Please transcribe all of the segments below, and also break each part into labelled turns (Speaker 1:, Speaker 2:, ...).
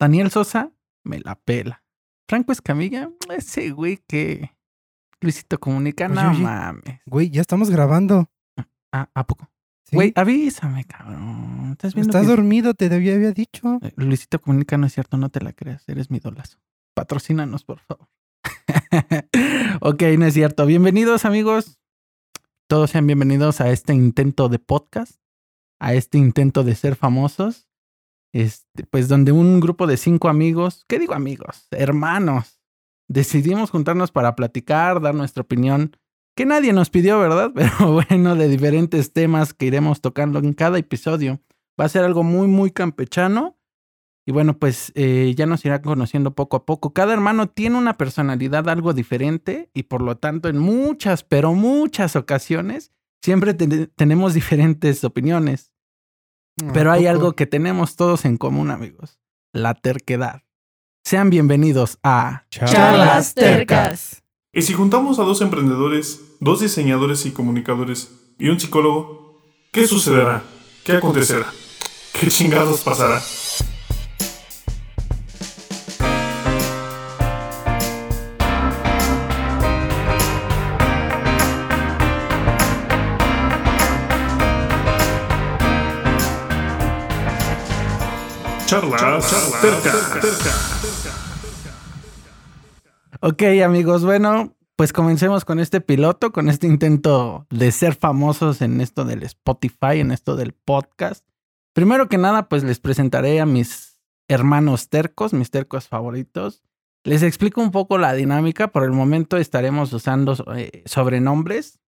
Speaker 1: Daniel Sosa me la pela. Franco Escamilla, ese güey que Luisito comunica,
Speaker 2: Oye,
Speaker 1: no
Speaker 2: oye.
Speaker 1: mames.
Speaker 2: Güey, ya estamos grabando.
Speaker 1: ¿A, a poco?
Speaker 2: ¿sí?
Speaker 1: Güey, avísame, cabrón. Estás viendo
Speaker 2: Estás
Speaker 1: que-
Speaker 2: dormido, te había, había dicho.
Speaker 1: Eh, Luisito comunica, no es cierto, no te la creas, eres mi dolazo. Patrocínanos, por favor. ok, no es cierto. Bienvenidos, amigos. Todos sean bienvenidos a este intento de podcast, a este intento de ser famosos. Este, pues donde un grupo de cinco amigos, ¿qué digo amigos? Hermanos, decidimos juntarnos para platicar, dar nuestra opinión, que nadie nos pidió, ¿verdad? Pero bueno, de diferentes temas que iremos tocando en cada episodio. Va a ser algo muy, muy campechano. Y bueno, pues eh, ya nos irán conociendo poco a poco. Cada hermano tiene una personalidad algo diferente y por lo tanto en muchas, pero muchas ocasiones siempre ten- tenemos diferentes opiniones. Pero hay algo que tenemos todos en común, amigos. La terquedad. Sean bienvenidos a...
Speaker 3: Charlas tercas.
Speaker 4: Y si juntamos a dos emprendedores, dos diseñadores y comunicadores y un psicólogo, ¿qué sucederá? ¿Qué acontecerá? ¿Qué chingados pasará? Charlas, tercas.
Speaker 1: Ok, amigos, bueno, pues comencemos con este piloto, con este intento de ser famosos en esto del Spotify, en esto del podcast. Primero que nada, pues les presentaré a mis hermanos tercos, mis tercos favoritos. Les explico un poco la dinámica. Por el momento estaremos usando eh, sobrenombres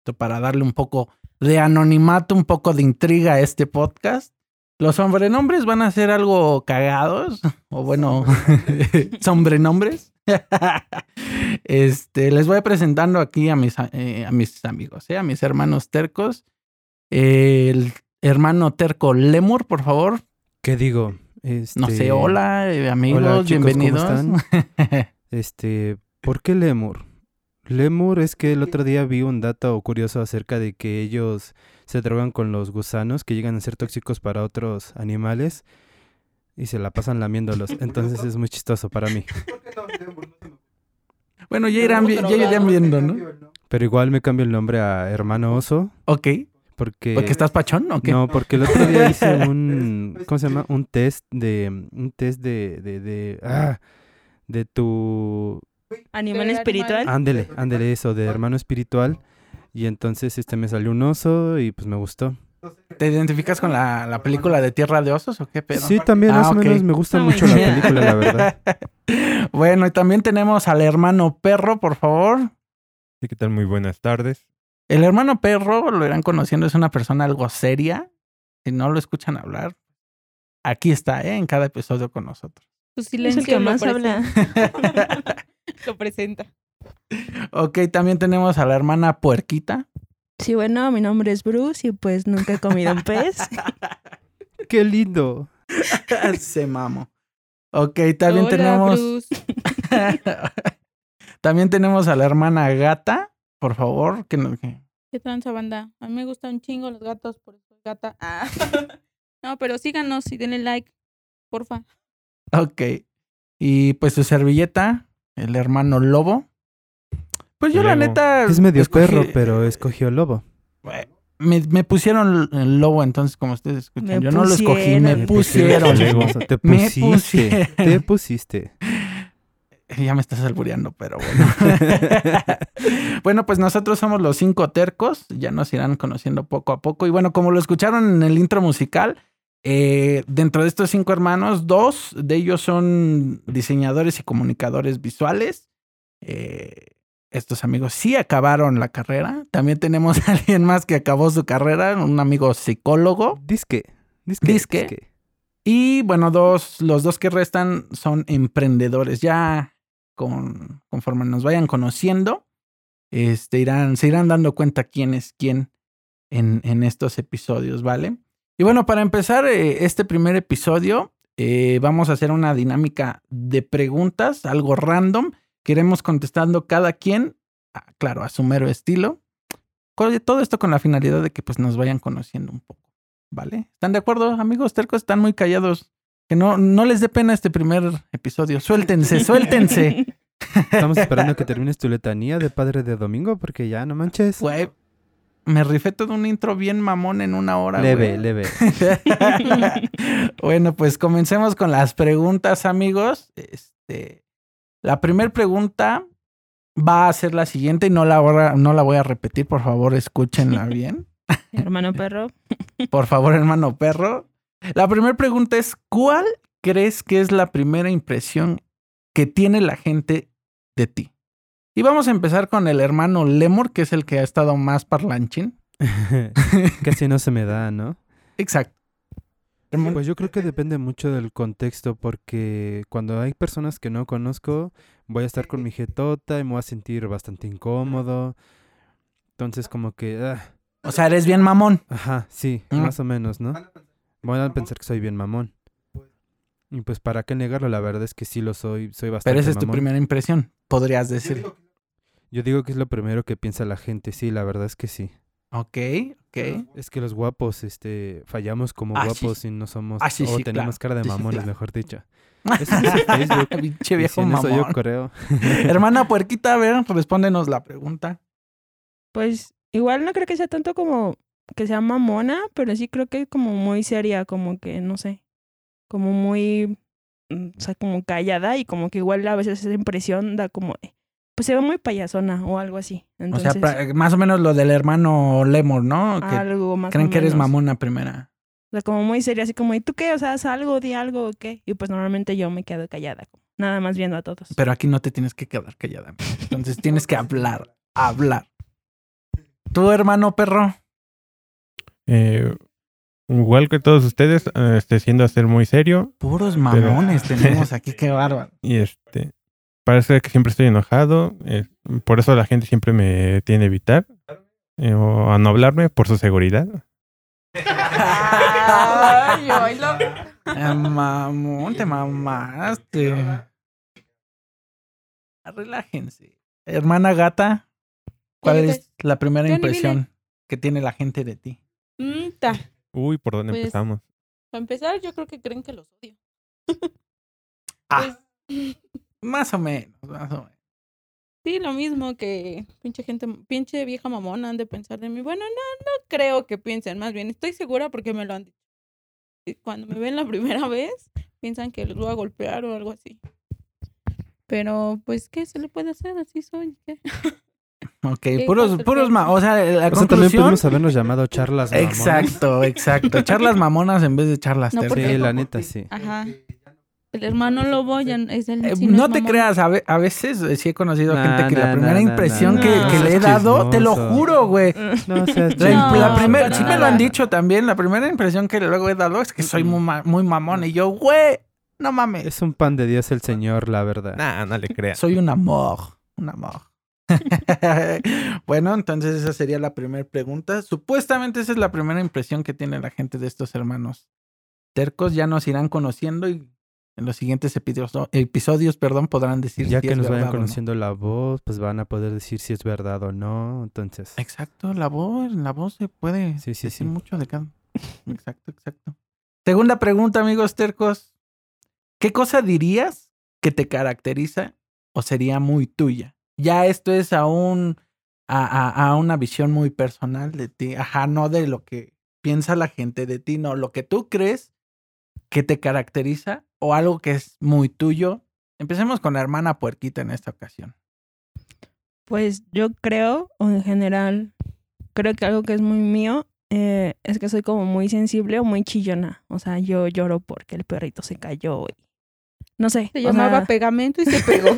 Speaker 1: esto para darle un poco de anonimato, un poco de intriga a este podcast. Los sobrenombres van a ser algo cagados, o bueno, sobrenombres. este, les voy presentando aquí a mis, eh, a mis amigos, eh, a mis hermanos tercos. El hermano terco Lemur, por favor.
Speaker 2: ¿Qué digo?
Speaker 1: No
Speaker 2: Este,
Speaker 1: sé, hola, eh, amigos,
Speaker 2: hola, chicos, ¿cómo
Speaker 1: bienvenidos.
Speaker 2: están? Este, ¿por qué Lemur? Lemur es que el otro día vi un dato curioso acerca de que ellos se drogan con los gusanos que llegan a ser tóxicos para otros animales y se la pasan lamiéndolos. Entonces es muy chistoso para mí.
Speaker 1: Bueno, ya irán, vi- ya irán viendo, ¿no?
Speaker 2: Pero igual me cambio el nombre a Hermano Oso
Speaker 1: Ok.
Speaker 2: porque...
Speaker 1: ¿Porque estás pachón o qué?
Speaker 2: Eh, No, porque el otro día hice un, ¿cómo se llama? Un test de, un test de, de, de, ah, de tu,
Speaker 3: Animal
Speaker 5: Pero
Speaker 3: espiritual.
Speaker 2: ándele, ándele eso, de hermano espiritual. Y entonces este me salió un oso y pues me gustó.
Speaker 1: ¿Te identificas con la, la película de Tierra de Osos o qué pedo?
Speaker 2: Sí, también
Speaker 1: Ah,
Speaker 2: más
Speaker 1: ok.
Speaker 2: o menos me gusta
Speaker 3: Está muy
Speaker 2: mucho la
Speaker 3: chida.
Speaker 2: película, la verdad.
Speaker 1: bueno, y también tenemos al hermano perro, por favor.
Speaker 6: Sí, ¿qué tal? Muy buenas tardes.
Speaker 1: El hermano perro, lo irán conociendo, es una persona algo seria. Si no lo escuchan hablar, aquí está, ¿eh? en cada episodio con nosotros.
Speaker 5: Su
Speaker 3: Es
Speaker 5: silencio
Speaker 3: el que
Speaker 5: lo
Speaker 3: Pues más
Speaker 5: presen-
Speaker 3: habla.
Speaker 5: Lo presenta.
Speaker 1: ok, también tenemos a la hermana puerquita.
Speaker 3: Sí, bueno, mi nombre es Bruce y pues nunca he comido un pez.
Speaker 2: ¡Qué lindo!
Speaker 1: Se mamo. Ok, también
Speaker 5: Hola,
Speaker 1: tenemos.
Speaker 5: Bruce.
Speaker 1: también tenemos a la hermana gata, por favor, que no. que-
Speaker 5: ¿Qué tranza, banda? A mí me gustan un chingo los gatos, por eso soy gata. Ah. No, pero síganos y denle like, porfa.
Speaker 1: Ok. Y pues su servilleta, el hermano lobo. Pues yo la
Speaker 6: Lego.
Speaker 1: neta.
Speaker 2: Es medio
Speaker 1: escogí-
Speaker 2: perro, pero escogió lobo.
Speaker 1: Me, me pusieron el lobo, entonces, como ustedes escuchan.
Speaker 3: Me
Speaker 1: yo no lo escogí,
Speaker 3: pusieron.
Speaker 1: me
Speaker 3: Me
Speaker 1: pusieron.
Speaker 6: pusieron.
Speaker 2: Te
Speaker 1: Me
Speaker 2: pusiste,
Speaker 1: pusieron.
Speaker 2: te pusiste.
Speaker 1: ya me estás albureando, pero bueno. bueno, pues nosotros somos los cinco tercos, ya nos irán conociendo poco a poco. Y bueno, como lo escucharon en el intro musical, eh, dentro de estos cinco hermanos, dos de ellos son diseñadores y comunicadores visuales. Eh, estos amigos sí acabaron la carrera. También tenemos a alguien más que acabó su carrera, un amigo psicólogo.
Speaker 2: Disque, disque,
Speaker 1: Disque. Y bueno, dos, los dos que restan son emprendedores. Ya con, conforme nos vayan conociendo, este, irán, se irán dando cuenta quién es quién en, en estos episodios, ¿vale? Y bueno, para empezar eh, este primer episodio, eh, vamos a hacer una dinámica de preguntas, algo random, que iremos contestando cada quien, ah, claro, a su mero estilo. Con- Todo esto con la finalidad de que pues nos vayan conociendo un poco. ¿Vale? ¿Están de acuerdo, amigos tercos? Están muy callados. Que no, no les dé pena este primer episodio. Suéltense, suéltense.
Speaker 2: Estamos esperando que termines tu letanía de padre de domingo porque ya no manches.
Speaker 1: Güey, me rifé todo un intro bien mamón en una hora.
Speaker 2: leve,
Speaker 1: güey.
Speaker 2: leve.
Speaker 1: bueno, pues comencemos con las preguntas, amigos. Este, la primera pregunta va a ser la siguiente y no la, voy a- no la voy a repetir. Por favor, escúchenla bien.
Speaker 3: Hermano perro.
Speaker 1: Por favor, hermano perro. La primera pregunta es, ¿cuál crees que es la primera impresión que tiene la gente de ti? Y vamos a empezar con el hermano Lemur, que es el que ha estado más parlanchín.
Speaker 2: Casi no se me da, ¿no?
Speaker 1: Exacto. Hermano-
Speaker 2: Pues yo creo que depende mucho del contexto porque cuando hay personas que no conozco, voy a estar con mi jetota y me voy a sentir bastante incómodo. Entonces como que, ah,
Speaker 1: O sea, eres bien mamón.
Speaker 2: ajá, sí,
Speaker 1: Mm.
Speaker 2: más o menos, ¿no? Van a pensar que soy bien mamón. Y pues para qué negarlo, la verdad es que sí lo soy, soy bastante
Speaker 1: Pero esa es tu
Speaker 2: mamón.
Speaker 1: primera impresión, podrías decir.
Speaker 2: Yo digo que es lo primero que piensa la gente, sí, la verdad es que sí.
Speaker 1: Ok, ok.
Speaker 2: Es que los guapos, este, fallamos como
Speaker 1: Ah, sí,
Speaker 2: guapos y no somos,
Speaker 1: Ah, sí,
Speaker 2: o
Speaker 1: sí,
Speaker 2: tenemos
Speaker 1: claro.
Speaker 2: cara de
Speaker 1: Sí, sí,
Speaker 2: mamones,
Speaker 1: claro.
Speaker 2: mejor dicho. Eso dice Facebook.
Speaker 1: Pinche
Speaker 2: Y
Speaker 1: viejo
Speaker 2: si en eso yo
Speaker 1: mamón.
Speaker 2: creo.
Speaker 1: Hermana puerquita, a ver, respóndenos la pregunta.
Speaker 3: Pues igual no creo que sea tanto como que sea mamona, pero sí creo que es como muy seria, como que no sé, como muy, mm, o sea, como callada y como que igual a veces esa impresión da como, eh, pues se ve muy payasona o algo así. Entonces,
Speaker 1: o sea, pra- más o menos lo del hermano Lemur, ¿no? Que
Speaker 3: algo más. o
Speaker 1: creen que eres
Speaker 3: menos.
Speaker 1: mamona primera.
Speaker 3: O sea, como muy seria, así como, ¿y tú qué? O sea, haz algo, di algo, ¿o qué? Y pues normalmente yo me quedo callada, como, nada más viendo a todos.
Speaker 1: Pero aquí no te tienes que quedar callada. amigo. Entonces tienes que hablar, hablar. Tu hermano perro.
Speaker 6: Eh, igual que todos ustedes, eh, este, siendo a ser muy serio,
Speaker 1: Puros mamones tenemos aquí, qué bárbaro.
Speaker 6: Y este, parece que siempre estoy enojado. eh, por eso la gente siempre me tiene a evitar. eh, o a no hablarme por su seguridad.
Speaker 5: Ay, ay, la-
Speaker 1: Ah, Mamón, te mamaste. Ah, Relájense. Hermana gata, ¿cuál
Speaker 5: Yo
Speaker 1: es la primera
Speaker 5: yo ni
Speaker 1: impresión que tiene la gente de ti?
Speaker 5: Mm, ta.
Speaker 6: Uy, ¿por dónde
Speaker 5: Pues-
Speaker 6: empezamos?
Speaker 5: Para empezar, yo creo que creen que los odio. Pues,
Speaker 1: Ah, más o menos, más o menos.
Speaker 5: Sí, lo mismo que pinche gente, pinche vieja mamona han de pensar de mí. Bueno, no, no creo que piensen, más bien estoy segura porque me lo han dicho. Y Cuando me ven la primera vez, piensan que los voy a golpear o algo así. Pero, pues, ¿qué se le puede hacer? Así soy. ¿qué? Eh,
Speaker 1: Ok, puros,
Speaker 5: concepto.
Speaker 1: puros, ma- o sea, la
Speaker 2: O sea, también pues,
Speaker 1: conclusión.
Speaker 2: pudimos habernos llamado charlas mamonas.
Speaker 1: Exacto, exacto. Charlas mamonas en vez de charlas
Speaker 5: No,
Speaker 1: tercias.
Speaker 5: porque-
Speaker 2: Sí, la neta, sí.
Speaker 5: Ajá. El hermano lobo ya n- es el...
Speaker 1: Eh,
Speaker 5: sí,
Speaker 1: no
Speaker 5: es
Speaker 1: te
Speaker 5: mamón.
Speaker 1: creas, a, ve- a veces eh, sí he conocido a
Speaker 2: Nah,
Speaker 1: gente que la
Speaker 2: nah,
Speaker 1: primera
Speaker 2: nah, nah,
Speaker 1: impresión
Speaker 3: nah,
Speaker 1: que,
Speaker 3: nah.
Speaker 1: que le he dado, te lo
Speaker 2: Chismoso.
Speaker 1: juro, güey.
Speaker 2: No seas
Speaker 1: La,
Speaker 5: No,
Speaker 1: la
Speaker 5: no,
Speaker 2: Ah,
Speaker 1: primera,
Speaker 5: para
Speaker 1: sí me lo han
Speaker 5: nada.
Speaker 1: dicho también, la primera impresión que luego he dado es que soy muy, ma- muy mamón y yo, güey, no mames.
Speaker 2: Es un pan de Dios el Señor, la verdad.
Speaker 6: Nah, no le creas.
Speaker 1: Soy un amor, un amor. bueno, entonces esa sería la primera pregunta. Supuestamente esa es la primera impresión que tiene la gente de estos hermanos tercos. Ya nos irán conociendo y en los siguientes episodios, episodios perdón, podrán decir
Speaker 2: Ya
Speaker 1: si
Speaker 2: que
Speaker 1: es
Speaker 2: nos vayan
Speaker 1: verdad o no.
Speaker 2: conociendo la voz, pues van a poder decir si es verdad o no. Entonces,
Speaker 1: Exacto, la voz, la voz se puede
Speaker 2: Sí, sí,
Speaker 1: decir
Speaker 2: sí.
Speaker 1: mucho de cada. Exacto, exacto. Segunda pregunta, amigos tercos. ¿Qué cosa dirías que te caracteriza o sería muy tuya? Ya esto es aún a, a- a una visión muy personal de ti. Ajá, no de lo que piensa la gente de ti, no, lo que tú crees que te caracteriza o algo que es muy tuyo. Empecemos con la hermana puerquita en esta ocasión.
Speaker 3: Pues yo creo, o en general, creo que algo que es muy mío eh, es que soy como muy sensible o muy chillona. O sea, yo lloro porque el perrito se cayó y... No sé.
Speaker 5: Se
Speaker 3: o
Speaker 5: llamaba
Speaker 3: sea,
Speaker 5: pegamento y se pegó.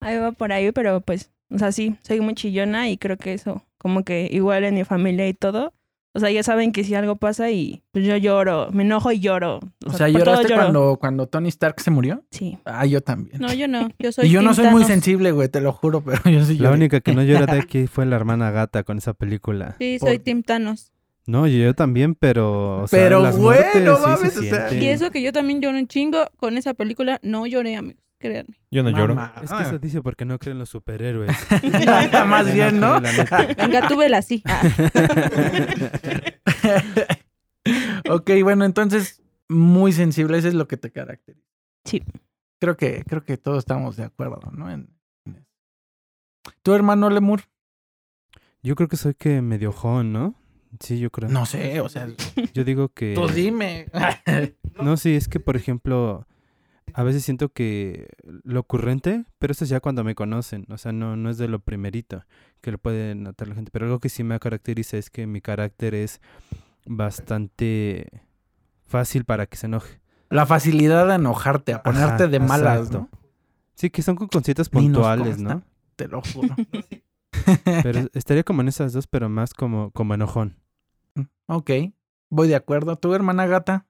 Speaker 3: Ahí va por ahí, pero pues, o sea, sí, soy muy chillona y creo que eso, como que igual en mi familia y todo. O sea, ya saben que si algo pasa y pues yo lloro, me enojo y lloro.
Speaker 1: O sea,
Speaker 3: Pues, por todo
Speaker 1: ¿lloraste
Speaker 3: lloro.
Speaker 1: cuando, cuando Tony Stark se murió?
Speaker 3: Sí.
Speaker 1: Ah, yo también.
Speaker 5: No, yo no. Yo soy
Speaker 1: y yo no soy
Speaker 5: Team
Speaker 1: muy
Speaker 5: Thanos.
Speaker 1: sensible, güey, te lo juro, pero yo sí.
Speaker 2: la
Speaker 1: lloré.
Speaker 2: única que no lloré de aquí fue la hermana gata con esa película.
Speaker 5: Sí, soy
Speaker 1: Por-
Speaker 5: Tim Thanos.
Speaker 2: No, yo, yo también, pero. o sea,
Speaker 1: Pero,
Speaker 2: las
Speaker 1: güey,
Speaker 2: muertes
Speaker 1: no
Speaker 2: sí se
Speaker 1: mames, o sea.
Speaker 2: sienten.
Speaker 5: Y eso que yo también lloro un chingo con esa película, no lloré, amigos, créanme.
Speaker 6: Yo no lloro.
Speaker 1: Mamá.
Speaker 2: Es que eso dice porque no creen los superhéroes.
Speaker 1: Más bien, ¿no?
Speaker 2: La neta.
Speaker 5: Venga, tú vela así. Ah.
Speaker 1: Ok, bueno, entonces, muy sensible, eso es lo que te caracteriza.
Speaker 3: Sí.
Speaker 1: Creo que, creo que todos estamos de acuerdo, ¿no? En, en eso. ¿Tu hermano Lemur?
Speaker 2: Yo creo que soy que medio jón, ¿no? Sí, yo creo.
Speaker 1: No sé, o sea,
Speaker 2: Yo digo que...
Speaker 1: tú dime.
Speaker 2: No, sí, es que, por ejemplo, a veces siento que lo ocurrente, pero eso es ya cuando me conocen, o sea, no, no es de lo primerito que lo puede notar la gente, pero algo que sí me caracteriza es que mi carácter es bastante fácil para que se enoje.
Speaker 1: La facilidad de enojarte, a ponerte
Speaker 2: Ajá,
Speaker 1: de malas,
Speaker 2: exacto.
Speaker 1: ¿no?
Speaker 2: Sí, que son con conciertos
Speaker 1: Ni nos
Speaker 2: puntuales,
Speaker 1: consta,
Speaker 2: ¿no?
Speaker 1: Te lo juro.
Speaker 2: Pero estaría como en esas dos, pero más como, como enojón.
Speaker 1: ok, voy de acuerdo. ¿Tu hermana gata?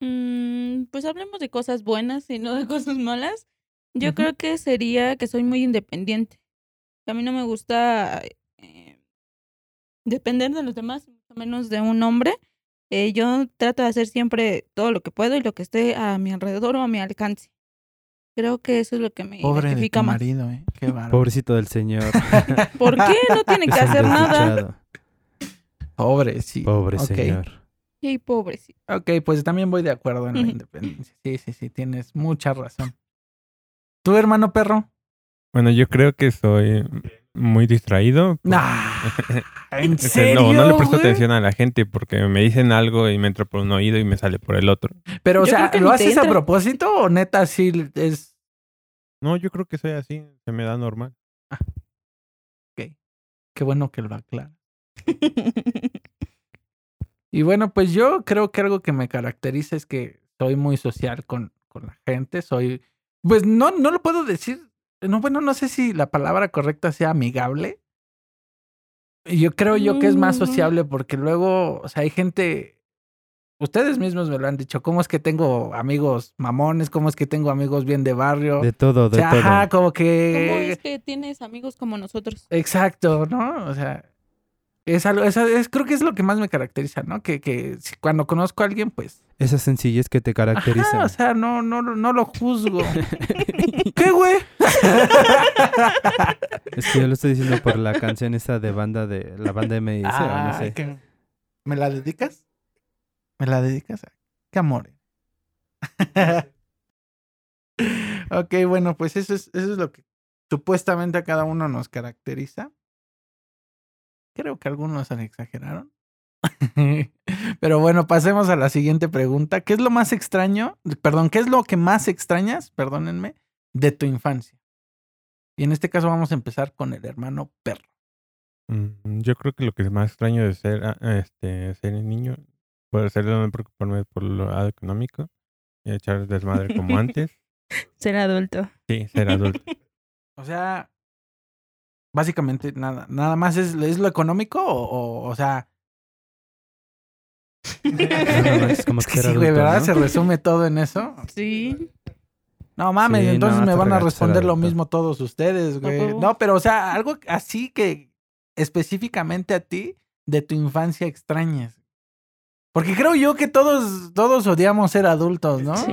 Speaker 5: Mm, pues hablemos de cosas buenas y no de cosas malas. Yo
Speaker 1: Ujú.
Speaker 5: creo que sería que soy muy independiente. Que A mí no me gusta eh, depender de los demás, mucho menos de un hombre. Eh, yo trato de hacer siempre todo lo que puedo y lo que esté a mi alrededor o a mi alcance. Creo que eso es lo que me
Speaker 1: Pobre de
Speaker 5: identifica
Speaker 1: tu
Speaker 5: más.
Speaker 1: marido, ¿eh? Qué bárbaro.
Speaker 2: Pobrecito del señor.
Speaker 5: ¿Por qué no tiene que
Speaker 2: Es un
Speaker 5: hacer nada?
Speaker 2: desdichado.
Speaker 1: Pobre, sí.
Speaker 2: Pobre
Speaker 1: Ok.
Speaker 2: señor.
Speaker 5: Y pobrecito.
Speaker 1: Ok, pues también voy de acuerdo en la
Speaker 5: Ujú.
Speaker 1: independencia. Sí, sí, sí, tienes mucha razón. ¿Tu hermano perro?
Speaker 6: Bueno, yo creo que soy muy distraído.
Speaker 1: Nah. ¿En
Speaker 6: O sea, no, no le presto
Speaker 1: güey?
Speaker 6: atención a la gente porque me dicen algo y me entra por un oído y me sale por el otro.
Speaker 1: Pero, o
Speaker 5: Yo
Speaker 1: sea,
Speaker 5: creo que
Speaker 1: ¿lo
Speaker 5: ni te
Speaker 1: haces a
Speaker 5: entra.
Speaker 1: propósito o neta sí es.
Speaker 6: No, yo creo que soy así, se me da normal.
Speaker 1: Qué bueno que lo aclara. Y bueno, pues yo creo que algo que me caracteriza es que soy muy social con, con la gente. Soy. Pues no, no lo puedo decir. No, bueno, no sé si la palabra correcta sea amigable. Yo creo yo que es más
Speaker 5: Mm.
Speaker 1: sociable porque luego, o sea, hay gente. Ustedes mismos me lo han dicho. ¿Cómo es que tengo amigos mamones? ¿Cómo es que tengo amigos bien de barrio?
Speaker 2: De todo,
Speaker 1: O
Speaker 2: de
Speaker 1: sea,
Speaker 2: todo.
Speaker 1: ajá, como
Speaker 5: ¿Cómo
Speaker 2: Eh,
Speaker 1: que.
Speaker 5: es que tienes amigos como nosotros?
Speaker 1: Exacto, ¿no? O sea, es algo, es, es- creo que es lo que más me caracteriza, ¿no? Que, que si cuando conozco a alguien, pues.
Speaker 2: Esa sencillez que te caracteriza.
Speaker 1: Ajá, o sea, no, no, lo- no lo juzgo. ¿Qué, güey?
Speaker 2: Es que yo lo estoy diciendo por la canción esta de banda de la banda MIC, o no
Speaker 1: Ay,
Speaker 2: sé.
Speaker 1: que- Ah, ¿Me la dedicas? ¿Me la dedicas? ¡Qué amor! ok, bueno, pues eso es, eso es lo que supuestamente a cada uno nos caracteriza. Creo que algunos se exageraron. Pero bueno, pasemos a la siguiente pregunta. ¿Qué es lo más extraño? Perdón, ¿qué es lo que más extrañas, perdónenme, de tu infancia? Y en este caso vamos a empezar con el hermano perro.
Speaker 6: Mm, Yo creo que lo que es más extraño de ser, ah, este, ser niño, puede ser no preocuparme por lo lado económico y echar desmadre como antes.
Speaker 3: Ser adulto.
Speaker 6: Sí, ser adulto.
Speaker 1: O sea, básicamente nada, nada más es, es lo económico o, o, o sea,
Speaker 2: No, no, es como
Speaker 1: es que
Speaker 2: ser
Speaker 1: sí, güey,
Speaker 2: adulto,
Speaker 1: ¿verdad?
Speaker 2: ¿no?
Speaker 1: Se resume todo en eso.
Speaker 5: Sí.
Speaker 1: No mames,
Speaker 2: Sí, no,
Speaker 1: entonces me
Speaker 2: te
Speaker 1: van a
Speaker 2: regaño, ser
Speaker 1: responder lo
Speaker 2: adulto.
Speaker 1: mismo todos ustedes, güey.
Speaker 5: huevo.
Speaker 2: pues.
Speaker 1: No, pero o sea, algo así que específicamente a ti de tu infancia extrañas. Porque creo yo que todos todos odiamos ser adultos, ¿no?
Speaker 3: Sí.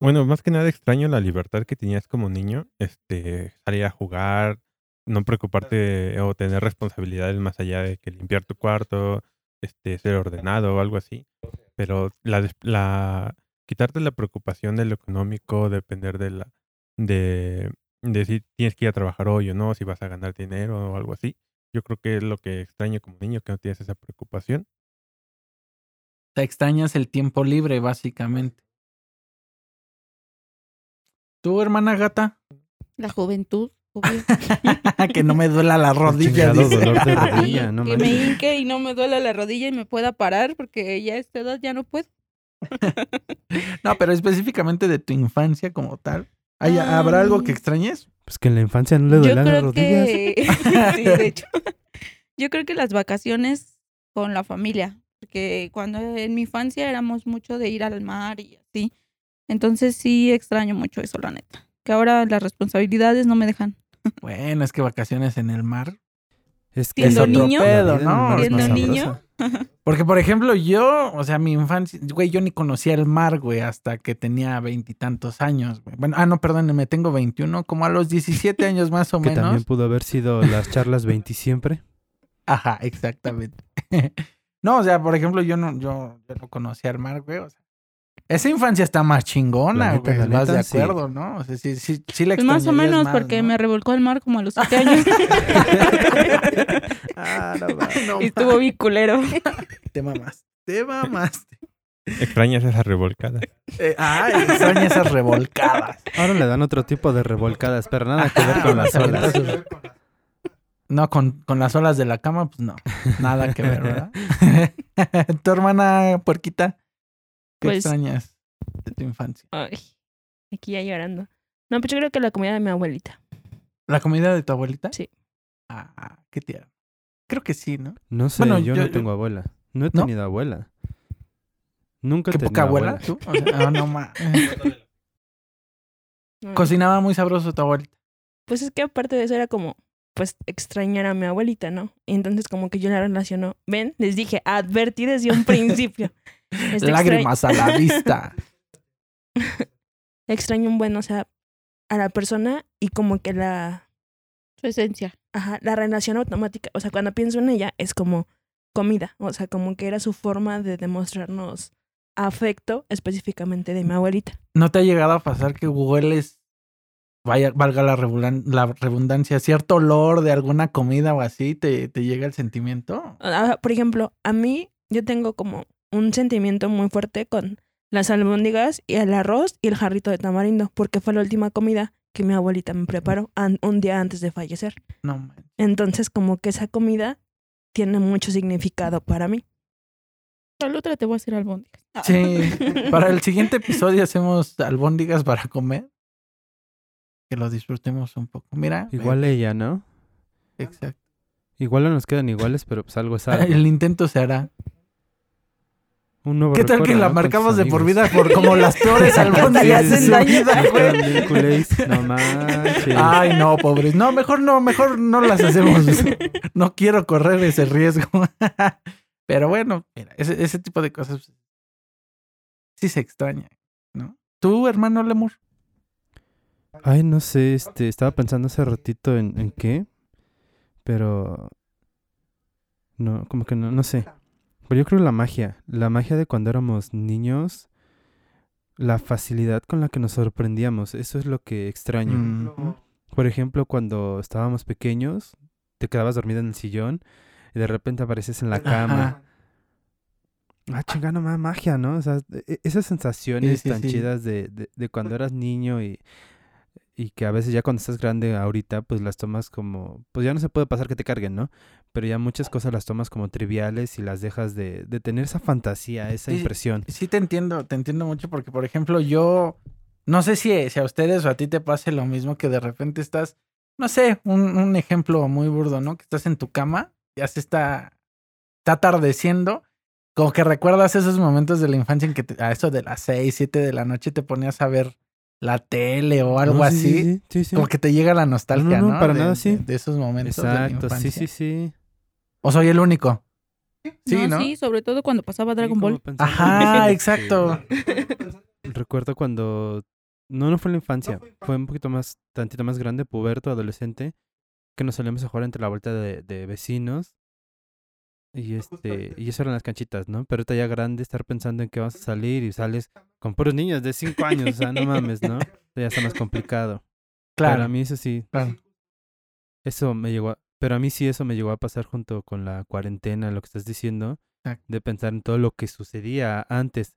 Speaker 6: Bueno, más que nada extraño la libertad que tenías como niño, este, salir a jugar, no preocuparte o tener responsabilidades más allá de que limpiar tu cuarto, este, ser ordenado o algo así. Pero la, des- la quitarte la preocupación de lo económico, depender de la, de, de si tienes que ir a trabajar hoy o no, si vas a ganar dinero o algo así. Yo creo que es lo que extraño como niño, que no tienes esa preocupación.
Speaker 1: Te extrañas el tiempo libre, básicamente. ¿Tu hermana gata?
Speaker 5: La juventud, obvio.
Speaker 1: que no me duela la rodilla.
Speaker 2: chingado
Speaker 1: dice.
Speaker 2: dolor de
Speaker 5: Sí,
Speaker 2: rodilla, Ah, no
Speaker 5: que me
Speaker 2: manches.
Speaker 5: hinque y no me duela la rodilla y me pueda parar porque ya a esta edad ya no puedo.
Speaker 1: no, pero específicamente de tu infancia como tal. ¿Hay- ¿Habrá algo que extrañes?
Speaker 2: Pues que en la infancia no le
Speaker 5: Yo
Speaker 2: dolían las
Speaker 5: creo
Speaker 2: rodillas.
Speaker 5: que sí, de hecho. Yo creo que las vacaciones con la familia, porque cuando en mi infancia éramos mucho de ir al mar y así. Entonces sí extraño mucho eso, la neta. Que ahora las responsabilidades no me dejan.
Speaker 1: Bueno, es que vacaciones en el mar.
Speaker 2: Es
Speaker 5: que Siendo
Speaker 2: es otro
Speaker 5: niño.
Speaker 2: pedo,
Speaker 1: Siendo
Speaker 2: ¿no? Es más
Speaker 5: niño.
Speaker 2: sabroso.
Speaker 1: Porque, por ejemplo, yo, o sea, mi infancia, güey, yo ni conocía el mar, güey, hasta que tenía veintitantos años, güey. Bueno, ah, no, perdónenme, tengo 21, como a los 17 años más o
Speaker 2: Que
Speaker 1: menos.
Speaker 2: también pudo haber sido las charlas 20 siempre.
Speaker 1: Ajá, exactamente. No, o sea, por ejemplo, yo no, yo, yo no conocí a Armar, güey. O sea, esa infancia está más chingona,
Speaker 2: La neta,
Speaker 1: güey.
Speaker 2: la
Speaker 1: Vas de
Speaker 2: neta, sí.
Speaker 1: acuerdo, ¿no? O sea, sí, sí, sí la
Speaker 5: Pues más o
Speaker 1: extrañarías
Speaker 5: menos,
Speaker 1: más,
Speaker 5: porque
Speaker 1: ¿no?
Speaker 5: me revolcó el mar como a los siete años
Speaker 2: Ah, no va.
Speaker 1: No,
Speaker 5: y estuvo bien culero.
Speaker 1: Te mamaste. Te mamaste.
Speaker 6: Extrañas esas revolcadas.
Speaker 1: Eh, ay, extraña esas revolcadas.
Speaker 2: Ahora le dan otro tipo de revolcadas, pero nada que ver
Speaker 1: Ah,
Speaker 2: con las
Speaker 1: nada que
Speaker 2: olas.
Speaker 1: ver con las- No, con, con las olas de la cama, pues no. Nada que ver, ¿verdad? tu hermana puerquita, ¿qué
Speaker 3: Pues-
Speaker 1: extrañas de tu infancia?
Speaker 3: Ay, aquí ya llorando. No, pues yo creo que la comida de mi abuelita.
Speaker 1: ¿La comida de tu abuelita?
Speaker 3: Sí.
Speaker 1: Ah, qué tierno. Creo que sí, ¿no?
Speaker 2: No sé,
Speaker 1: Bueno,
Speaker 2: yo,
Speaker 1: yo-
Speaker 2: no tengo abuela. No he
Speaker 1: ¿No?
Speaker 2: tenido abuela. Nunca he
Speaker 1: Qué
Speaker 2: tenido
Speaker 1: poca abuela,
Speaker 2: abuela.
Speaker 1: tú. O sea, ah, no ma-
Speaker 3: No,
Speaker 1: Cocinaba muy sabroso tu abuelita.
Speaker 3: Pues es que aparte de eso era como, pues extrañar a mi abuelita, ¿no? Y entonces como que yo la relaciono. Ven, les dije, advertí desde un principio. Este,
Speaker 1: Lágrimas a la vista.
Speaker 3: extra- extraño un buen, o sea, a la persona y como que la
Speaker 5: Su esencia.
Speaker 3: Ajá, la relación automática, o sea, cuando pienso en ella es como comida, o sea, como que era su forma de demostrarnos afecto específicamente de mi abuelita.
Speaker 1: ¿No te ha llegado a pasar que hueles, vaya, valga la, rebulan- la redundancia, cierto olor de alguna comida o así, te, te llega el sentimiento?
Speaker 3: Ah, Por ejemplo, a mí yo tengo como un sentimiento muy fuerte con las albóndigas y el arroz y el jarrito de tamarindo, porque fue la última comida que mi abuelita me preparó an- un día antes de fallecer.
Speaker 1: No, man.
Speaker 3: Entonces, como que esa comida tiene mucho significado para mí.
Speaker 5: Al otra te voy a hacer albóndigas.
Speaker 1: Sí. Para el siguiente episodio hacemos albóndigas para comer. Que lo disfrutemos un poco. Mira. ve,
Speaker 2: Igual ella, ¿no?
Speaker 1: Exacto.
Speaker 2: Igual no nos quedan iguales, pero pues algo es algo.
Speaker 1: El intento se hará.
Speaker 2: Un nuevo
Speaker 1: ¿Qué tal que
Speaker 2: recuerdo,
Speaker 1: la
Speaker 2: ¿no? Con
Speaker 1: marcamos
Speaker 2: tus
Speaker 1: de por
Speaker 2: amigos.
Speaker 1: vida por como las peores albóndigas
Speaker 2: Sí,
Speaker 1: de
Speaker 2: sí,
Speaker 1: su
Speaker 2: sí.
Speaker 1: vida,
Speaker 2: Me
Speaker 1: güey?
Speaker 2: quedan bien culés. No manches.
Speaker 1: Ay, no, pobres. No, mejor no, mejor no las hacemos. No quiero correr ese riesgo. Pero bueno, mira, ese, ese tipo de cosas pues, sí se extraña, ¿no? ¿Tú, hermano Lemur?
Speaker 2: Ay, no sé, este, estaba pensando hace ratito en, en qué, pero no, como que no, no sé. Pero yo creo la magia, la magia de cuando éramos niños, la facilidad con la que nos sorprendíamos, eso es lo que extraño.
Speaker 1: Mm.
Speaker 2: Por ejemplo, cuando estábamos pequeños, te quedabas dormido en el sillón y de repente apareces en la cama.
Speaker 1: Ajá.
Speaker 2: Ah, chingano, más magia, ¿no? O sea, e- e- esas sensaciones
Speaker 1: sí,
Speaker 2: tan
Speaker 1: sí.
Speaker 2: chidas de, de, de cuando eras niño y, y que a veces ya cuando estás grande ahorita, pues las tomas como, pues ya no se puede pasar que te carguen, ¿no? Pero ya muchas cosas las tomas como triviales y las dejas de, de tener esa fantasía, esa
Speaker 1: Sí, sí.
Speaker 2: impresión.
Speaker 1: Sí te entiendo, te entiendo mucho porque, por ejemplo, yo no sé si, si a ustedes o a ti te pase lo mismo que de repente estás, no sé, un, un ejemplo muy burdo, ¿no? Que estás en tu cama, ya se está, está atardeciendo, como que recuerdas esos momentos de la infancia en que te- a eso de las 6, 7 de la noche te ponías a ver la tele o algo
Speaker 2: No, sí,
Speaker 1: así,
Speaker 2: sí, sí, sí, sí.
Speaker 1: como que te llega la nostalgia, ¿no?
Speaker 2: no, para
Speaker 1: De-
Speaker 2: nada,
Speaker 1: de-
Speaker 2: sí.
Speaker 1: De, esos momentos de la
Speaker 2: Exacto,
Speaker 1: infancia.
Speaker 2: sí, sí, sí.
Speaker 1: O soy el único. Sí, ¿no?
Speaker 5: sí, sobre todo cuando pasaba
Speaker 2: Sí,
Speaker 5: Dragon
Speaker 2: como
Speaker 5: Ball.
Speaker 2: pensando-
Speaker 1: Ajá,
Speaker 2: Sí.
Speaker 1: exacto.
Speaker 2: Recuerdo cuando. No, no fue en la infancia. Fue un poquito más, tantito más grande, puberto, adolescente. Que nos solíamos a jugar entre la vuelta de, de vecinos. Y este. Y eso eran las canchitas, ¿no? Pero ahorita ya grande, estar pensando en que vas a salir y sales con puros niños de 5 años. O sea, no mames, ¿no? Ya está más complicado. Pero a
Speaker 1: Claro,
Speaker 2: mí eso sí.
Speaker 1: claro.
Speaker 2: Eso me llegó a- Pero a mí sí eso me llegó a pasar junto con la cuarentena, lo que estás diciendo.
Speaker 1: Exacto.
Speaker 2: De pensar en todo lo que sucedía antes.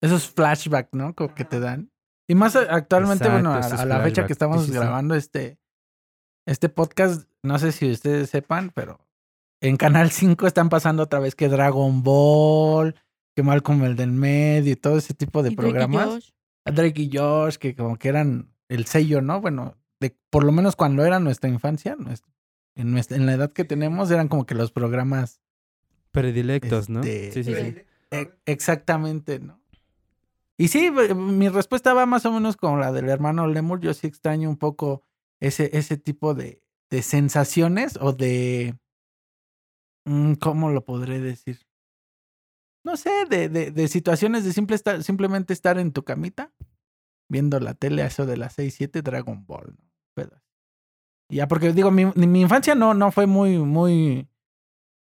Speaker 1: esos flashbacks, ¿no? Como que te dan. Y más a- actualmente,
Speaker 2: Exacto,
Speaker 1: bueno, a,
Speaker 2: esos
Speaker 1: a la fecha
Speaker 2: flashbacks.
Speaker 1: que estamos
Speaker 2: Sí, sí, sí.
Speaker 1: grabando este, este podcast, no sé si ustedes sepan, pero en Canal 5 están pasando otra vez que Dragon Ball, que Malcolm el del medio y todo ese tipo de
Speaker 5: Y Drake y
Speaker 1: programas.
Speaker 5: Josh.
Speaker 1: Drake y Josh, que como que eran el sello, ¿no? Bueno, de, por lo menos cuando era nuestra infancia, nues- en, nuestra- en la edad que tenemos, eran como que los programas
Speaker 2: Predilectos, ¿no?
Speaker 1: Este,
Speaker 2: Sí, sí, sí.
Speaker 1: E- Exactamente, ¿no? Y sí, b- mi respuesta va más o menos con la del hermano Lemur. Yo sí extraño un poco ese, ese tipo de, de sensaciones o de... mm, ¿Cómo lo podré decir? No sé, de, de, de situaciones de simple estar- simplemente estar en tu camita viendo la tele a eso de las 6, 7 Dragon Ball, ¿no? Pero- Ya, porque digo, mi, ni- mi infancia no, no fue muy, muy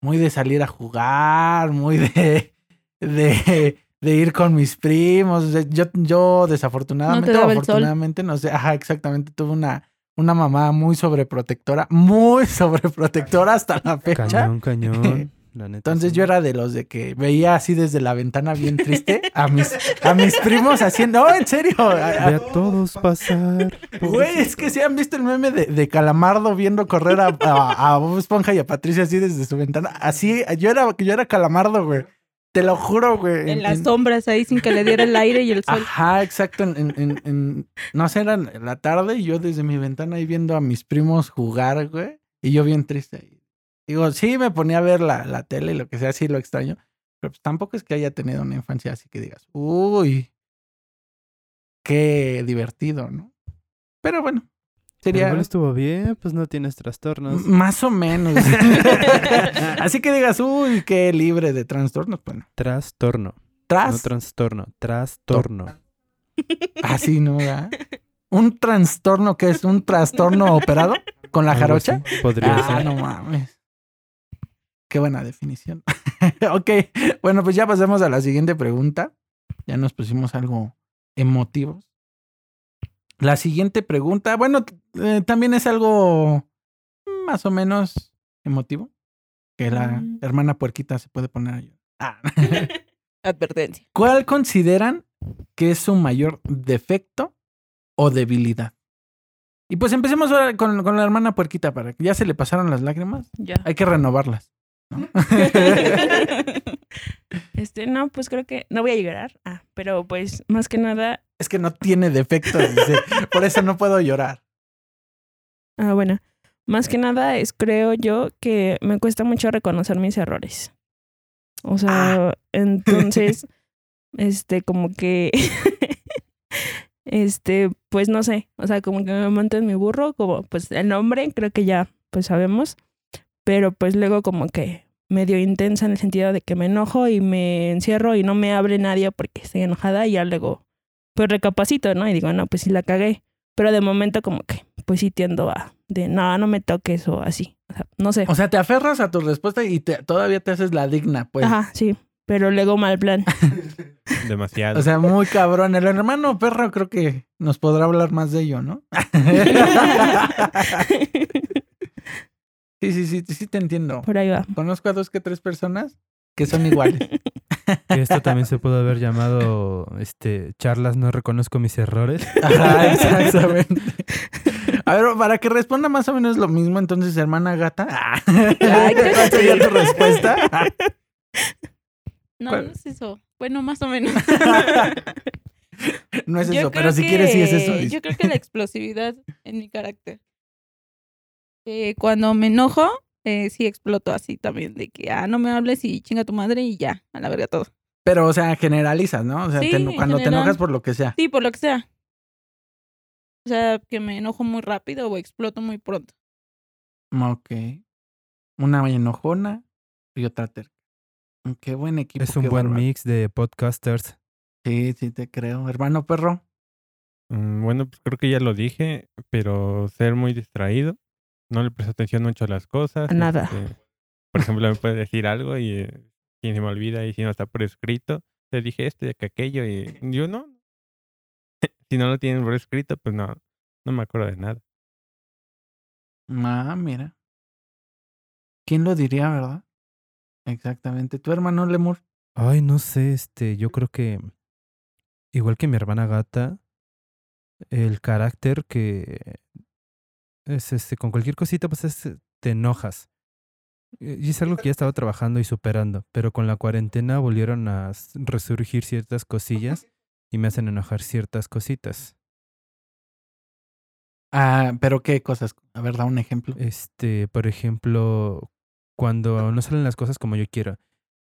Speaker 1: muy de salir a jugar, muy de, de, de ir con mis primos. De- Yo, yo desafortunadamente, o
Speaker 5: daba el sol.
Speaker 1: afortunadamente, no sé, ajá, exactamente, tuve una, una mamá muy sobreprotectora, muy sobreprotectora hasta la fecha.
Speaker 2: Cañón, cañón. La neta,
Speaker 1: Entonces
Speaker 2: sí.
Speaker 1: yo era de los de que veía así desde la ventana bien triste a mis, a mis primos haciendo, no, en serio, a- a-
Speaker 2: Ve a todos pasar.
Speaker 1: Güey, es que si han visto el meme de, de Calamardo viendo correr a, a, a Bob Esponja y a Patricia así desde su ventana. Así, yo era, yo era Calamardo, güey. Te lo juro, güey.
Speaker 5: En las sombras ahí sin que le diera el aire y el
Speaker 1: Ah,
Speaker 5: sol.
Speaker 1: Ajá, exacto. En, en- en- en- no sé, era en la tarde y yo desde mi ventana ahí viendo a mis primos jugar, güey. Y yo bien triste ahí. Digo, sí, me ponía a ver la, la tele y lo que sea, sí lo extraño. Pero pues tampoco es que haya tenido una infancia así que digas, uy, qué divertido, ¿no? Pero bueno,
Speaker 2: Pero
Speaker 1: sería... Mm,
Speaker 2: igual estuvo bien, pues no tienes trastornos.
Speaker 1: M- Más o menos. Así que digas, uy, qué libre de trastornos. Bueno,
Speaker 2: Trastorno. No
Speaker 1: tras.
Speaker 2: trastorno, trastorno.
Speaker 1: Así, Ah, ¿no? ¿verdad? ¿Un trastorno que es un trastorno operado con la
Speaker 2: Algo
Speaker 1: jarocha?
Speaker 2: así Podría
Speaker 1: Ah,
Speaker 2: ser.
Speaker 1: no mames. Qué buena definición. ok, bueno, pues ya pasamos a la siguiente pregunta. Ya nos pusimos algo emotivos. La siguiente pregunta, bueno, t- eh, también es algo más o menos emotivo. Que la
Speaker 5: Mm.
Speaker 1: hermana puerquita se puede poner ahí. Ah.
Speaker 5: Advertencia.
Speaker 1: ¿Cuál consideran que es su mayor defecto o debilidad? Y pues empecemos ahora con, con la hermana puerquita para que ya se le pasaron las lágrimas.
Speaker 5: Ya.
Speaker 1: Hay que renovarlas.
Speaker 3: Este, no, pues creo que no voy a llorar. Ah, pero pues más que nada,
Speaker 1: Es que no tiene defectos, dice. Por eso no puedo llorar.
Speaker 3: ah, bueno, más que nada es creo yo que me cuesta mucho reconocer mis errores. O sea, entonces, este, como que, este, pues no sé, o sea, como que me monto en mi burro, como pues el nombre creo que ya pues sabemos, pero pues luego como que medio intensa en el sentido de que me enojo y me encierro y no me hable nadie porque estoy enojada y ya luego pues recapacito, ¿no? Y digo, no, pues sí la cagué. Pero de momento como que pues sí tiendo a de no, no me toques o así. O sea, no sé.
Speaker 1: O sea, te aferras a tu respuesta y te- todavía te haces la digna, pues.
Speaker 3: Ajá, sí. Pero luego mal plan.
Speaker 6: Demasiado.
Speaker 1: O sea, muy cabrón. El hermano perro creo que nos podrá hablar más de ello, ¿no? Sí, sí, sí, sí te entiendo.
Speaker 3: Por ahí va.
Speaker 1: Conozco a dos que tres personas que son iguales.
Speaker 2: Que esto también se pudo haber llamado este charlas no reconozco mis errores.
Speaker 1: Ajá, exactamente. A ver, para que responda más o menos lo mismo, entonces, hermana gata. Ah.
Speaker 3: Ay, qué
Speaker 1: ¿Cuál sería tu respuesta?
Speaker 5: No,
Speaker 1: ¿Cuál?
Speaker 5: no es eso. Bueno, más o menos.
Speaker 1: No es
Speaker 5: Yo
Speaker 1: eso,
Speaker 5: creo
Speaker 1: pero si quieres, sí es eso.
Speaker 5: que-
Speaker 1: dice.
Speaker 5: Yo creo que la explosividad en mi carácter. Eh, cuando me enojo, eh, sí exploto así también, de que, ah, no me hables y chinga tu madre y ya, a la verga todo.
Speaker 1: Pero, o sea, generalizas, ¿no? O sea,
Speaker 5: Sí,
Speaker 1: te-
Speaker 5: en
Speaker 1: cuando te
Speaker 5: general.
Speaker 1: enojas por lo que sea.
Speaker 5: Sí, por lo que sea. O sea, que me enojo muy rápido o exploto muy pronto.
Speaker 1: Mm, Ok. Una enojona y otra terca. Mm, Qué buen equipo.
Speaker 2: Es un
Speaker 1: pues, qué
Speaker 2: buen
Speaker 1: bárbaro.
Speaker 2: mix de podcasters.
Speaker 1: Sí, sí, te creo. Hermano perro.
Speaker 6: Mm, Bueno, pues creo que ya lo dije, pero ser muy distraído, no le presto atención mucho a las cosas.
Speaker 3: A nada.
Speaker 6: este, por ejemplo, me puede decir algo y, eh, y se me olvida y si no está prescrito, te dije esto y que aquello y yo no. si no lo tienen por escrito, pues no, no me acuerdo de nada.
Speaker 1: Ah, mira. ¿Quién lo diría, verdad? Exactamente. Tu hermano Lemur.
Speaker 2: Ay, no sé, este, yo creo que igual que mi hermana gata, el carácter que es este, con cualquier cosita, pues es, te enojas. Eh, Y es algo que ya estaba trabajando y superando, pero con la cuarentena volvieron a s- resurgir ciertas cosillas y me hacen enojar ciertas cositas.
Speaker 1: Ah, pero qué cosas. A ver, da un ejemplo.
Speaker 2: Este, por ejemplo, cuando no salen las cosas como yo quiero.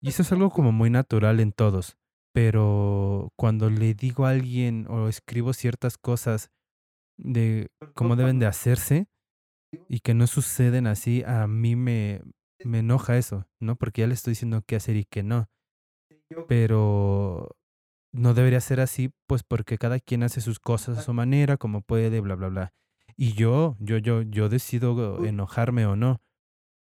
Speaker 2: Y eso es algo como muy natural en todos. Pero cuando le digo a alguien o escribo ciertas cosas de cómo deben de hacerse y que no suceden así, a mí me, me enoja eso, ¿no? Porque ya le estoy diciendo qué hacer y qué no. Pero no debería ser así, pues porque cada quien hace sus cosas a su manera, como puede, bla, bla, bla. Y yo, yo, yo, yo decido enojarme o no.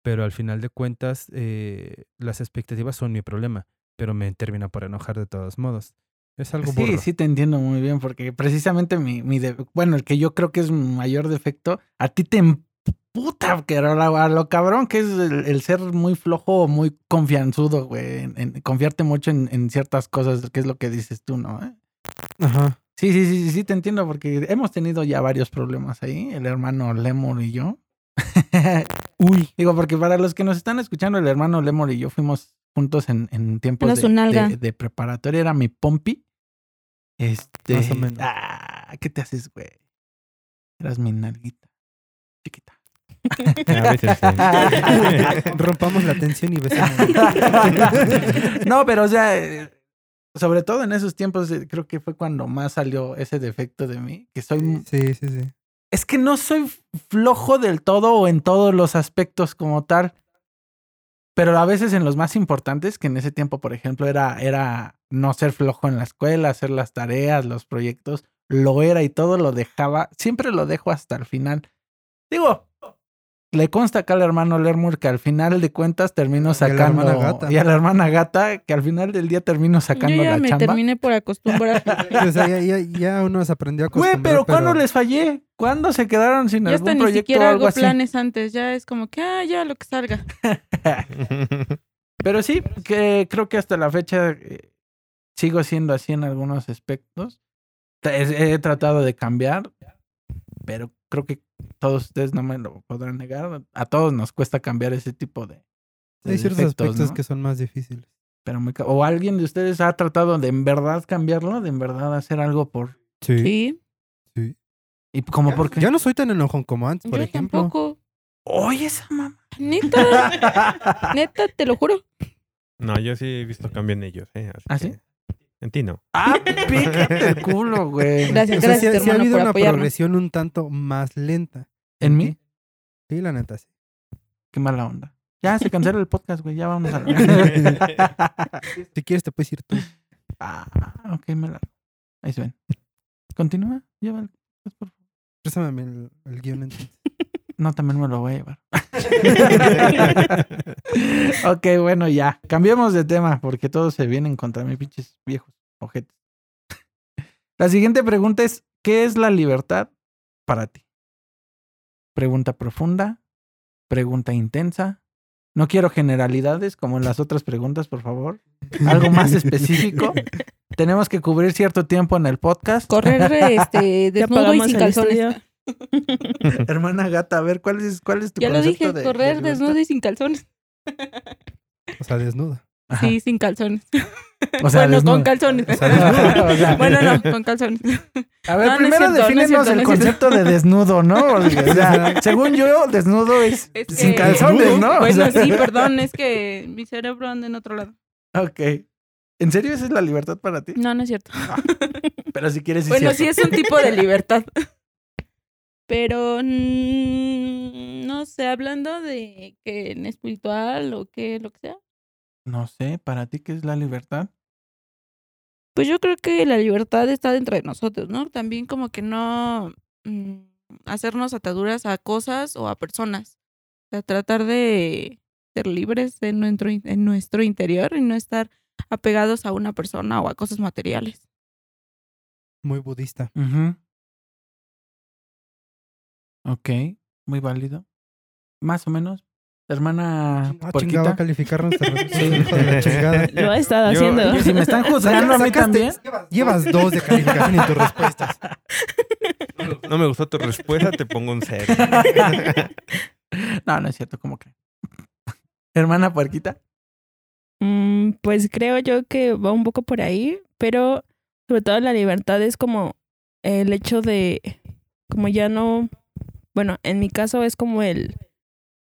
Speaker 2: pero al final de cuentas eh, las expectativas son mi problema, pero me termina por enojar de todos modos. Es algo
Speaker 1: Sí,
Speaker 2: burro.
Speaker 1: sí te entiendo muy bien, porque precisamente mi, mi de- bueno, el que yo creo que es mi mayor defecto, a ti te emputa, que a lo, a lo cabrón que es el, el ser muy flojo o muy confianzudo, güey, en, en confiarte mucho en, en ciertas cosas, que es lo que dices tú, ¿no? ¿Eh?
Speaker 2: Ajá.
Speaker 1: Sí, sí, sí, sí, sí, te entiendo, porque hemos tenido ya varios problemas ahí, el hermano Lemur y yo. Uy. Digo, porque para los que nos están escuchando, el hermano Lemur y yo fuimos juntos en, en tiempos
Speaker 5: Menos
Speaker 1: de,
Speaker 5: un nalga.
Speaker 1: de- de preparatoria, era mi pompi. Este.
Speaker 2: Más o menos.
Speaker 1: Ah, ¿qué te haces, güey? Eras mi nalguita. Chiquita.
Speaker 6: A veces sí.
Speaker 2: Rompamos la tensión y besamos.
Speaker 1: no, pero o sea, eh, sobre todo en esos tiempos, eh, creo que fue cuando más salió ese defecto de mí, que soy
Speaker 2: Sí, sí, sí.
Speaker 1: es que no soy flojo del todo o en todos los aspectos como tal. Pero a veces en los más importantes, que en ese tiempo, por ejemplo, era, era no ser flojo en la escuela, hacer las tareas, los proyectos, lo era y todo lo dejaba. Siempre lo dejo hasta el final. Digo, le consta acá al hermano Lermur que al final de cuentas termino
Speaker 2: Y a la
Speaker 1: sacando.
Speaker 2: hermana gata.
Speaker 1: Y a la hermana gata, que al final del día termino sacando
Speaker 5: Yo ya
Speaker 1: la
Speaker 5: me
Speaker 1: chamba.
Speaker 5: terminé por acostumbrar.
Speaker 2: O sea, ya, ya, ya uno se aprendió a
Speaker 1: Güey,
Speaker 2: acostumbrar.
Speaker 1: pero ¿cuándo les fallé? ¿Cuándo se quedaron sin
Speaker 5: ya hasta
Speaker 1: algún
Speaker 5: ni
Speaker 1: proyecto o
Speaker 5: siquiera
Speaker 1: algo
Speaker 5: hago
Speaker 1: así?
Speaker 5: planes antes. Ya es como que, ah, ya lo que salga.
Speaker 1: Pero sí, que creo que hasta la fecha eh, sigo siendo así en algunos aspectos. Te- He, he tratado de cambiar, pero creo que todos ustedes no me lo podrán negar. A todos nos cuesta cambiar ese tipo de, de
Speaker 2: Hay ciertos
Speaker 1: defectos,
Speaker 2: aspectos
Speaker 1: ¿no?
Speaker 2: que son más difíciles.
Speaker 1: Pero me ca- o alguien de ustedes ha tratado de en verdad cambiarlo, de en verdad hacer algo por
Speaker 5: Sí.
Speaker 1: y como porque
Speaker 2: Yo no soy tan enojón como antes, por
Speaker 5: yo
Speaker 2: ejemplo.
Speaker 5: tampoco.
Speaker 1: oye esa mamá.
Speaker 5: Neta, neta, te lo juro.
Speaker 6: No, yo sí he visto cambio en ellos. ¿eh? Así
Speaker 1: ¿Ah, sí?
Speaker 6: que- En ti no.
Speaker 1: Ah, pícate el culo, güey.
Speaker 5: Gracias,
Speaker 2: O sea, sí,
Speaker 5: gracias,
Speaker 2: sí ha
Speaker 5: hermano,
Speaker 2: habido
Speaker 5: por
Speaker 2: una
Speaker 5: apoyarme.
Speaker 2: progresión un tanto más lenta.
Speaker 1: En mí,
Speaker 2: Sí, la neta, sí.
Speaker 1: qué mala onda. Ya se cancela el podcast, güey. Ya vamos a
Speaker 2: Ah, Si quieres te puedes ir tú.
Speaker 1: Ah, ok, me la. Ahí se ven. Continúa, lleva el- pues, por favor.
Speaker 2: Présame a mí el, el guión entonces.
Speaker 1: No, también me lo voy a llevar. ok, bueno, ya. Cambiemos de tema porque todos se vienen contra mí, pinches viejos ojetes. La siguiente pregunta es: ¿Qué es la libertad para ti? Pregunta profunda, pregunta intensa. No quiero generalidades como en las otras preguntas, por favor. Algo más específico. Tenemos que cubrir cierto tiempo en el podcast.
Speaker 5: Correr este, desnudo y
Speaker 3: apagamos
Speaker 5: sin
Speaker 3: el
Speaker 5: calzones.
Speaker 3: estudio.
Speaker 1: Hermana gata, a ver, ¿cuál es, cuál es tu
Speaker 5: Ya lo
Speaker 1: concepto
Speaker 5: dije,
Speaker 1: de-
Speaker 5: correr
Speaker 1: de libertad?
Speaker 5: desnudo y sin calzones.
Speaker 2: O sea, desnuda.
Speaker 1: Ajá.
Speaker 5: Sí, sin calzones.
Speaker 1: O sea,
Speaker 5: bueno,
Speaker 1: desnudo.
Speaker 5: con calzones.
Speaker 2: O sea, desnudo.
Speaker 1: O sea,
Speaker 5: bueno, no, con calzones.
Speaker 1: a ver,
Speaker 5: no, no es
Speaker 1: primero
Speaker 5: cierto, no es
Speaker 1: defínenos
Speaker 5: cierto,
Speaker 1: el
Speaker 5: no es
Speaker 1: concepto de desnudo, ¿no? Porque, o sea, según yo, desnudo es,
Speaker 5: Es que-
Speaker 1: sin calzones, ¿no? O
Speaker 5: Este, Bueno,
Speaker 1: sea,
Speaker 5: sí, perdón, es que mi cerebro anda en otro lado.
Speaker 1: Ok. ¿En serio esa es la libertad para ti?
Speaker 5: No, no es cierto.
Speaker 1: Pero si quieres, sí
Speaker 5: bueno,
Speaker 1: es
Speaker 5: sí
Speaker 1: cierto.
Speaker 5: es un tipo de libertad. Pero mm, no sé, hablando de que en espiritual o que lo que sea,
Speaker 1: No sé, ¿para ti qué es la libertad?
Speaker 5: pues yo creo que la libertad está dentro de nosotros, ¿no? También como que no mm, hacernos ataduras a cosas o a personas. O sea, tratar de ser libres en nuestro, in- en nuestro interior y no estar apegados a una persona o a cosas materiales.
Speaker 2: Muy budista.
Speaker 1: Ujú. Ok, muy válido. Más o menos. Hermana
Speaker 2: Ah,
Speaker 1: Porquita.
Speaker 2: chingada, va a calificar nuestra respuesta, hijo de la chingada.
Speaker 3: Lo ha estado
Speaker 6: Yo-
Speaker 3: haciendo.
Speaker 1: Oye, si me están juzgando a mí
Speaker 2: Sacaste-
Speaker 1: también.
Speaker 2: llevas- Llevas dos de calificación en tus respuestas.
Speaker 6: No me gustó tu respuesta, te pongo un cero.
Speaker 1: este- No, no es cierto, ¿cómo creen? Hermana Puerquita.
Speaker 3: Mm, pues creo yo que va un poco por ahí, pero sobre todo la libertad es como el hecho de, como ya no, bueno, en mi caso es como el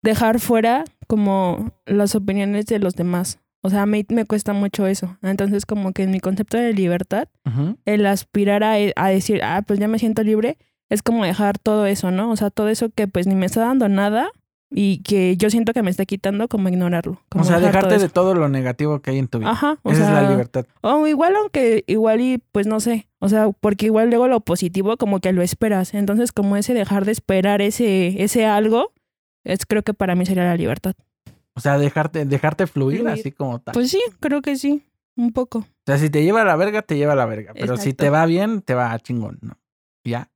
Speaker 3: dejar fuera como las opiniones de los demás. O sea, a mí me cuesta mucho eso. Entonces, como que en mi concepto de libertad, el aspirar a, a decir, ah, pues ya me siento libre, es como dejar todo eso, ¿no? O sea, todo eso que pues ni me está dando nada y que yo siento que me está quitando, como ignorarlo. Como
Speaker 1: o sea,
Speaker 3: dejar todo
Speaker 1: dejarte
Speaker 3: eso.
Speaker 1: de todo lo negativo que hay en tu vida.
Speaker 3: Ajá, o
Speaker 1: Esa
Speaker 3: sea,
Speaker 1: es la libertad.
Speaker 3: o igual aunque igual y pues no sé, o sea, porque igual luego lo positivo como que lo esperas, entonces como ese dejar de esperar ese ese algo Es, creo que para mí sería la libertad.
Speaker 1: O sea, dejarte, dejarte fluir,
Speaker 5: Fluir.
Speaker 1: así como tal.
Speaker 3: Pues sí, creo que sí, un poco.
Speaker 1: o sea, si te lleva a la verga, te lleva a la verga. Pero si
Speaker 5: Exacto.
Speaker 1: te va bien, te va a chingón, ¿no? Ya.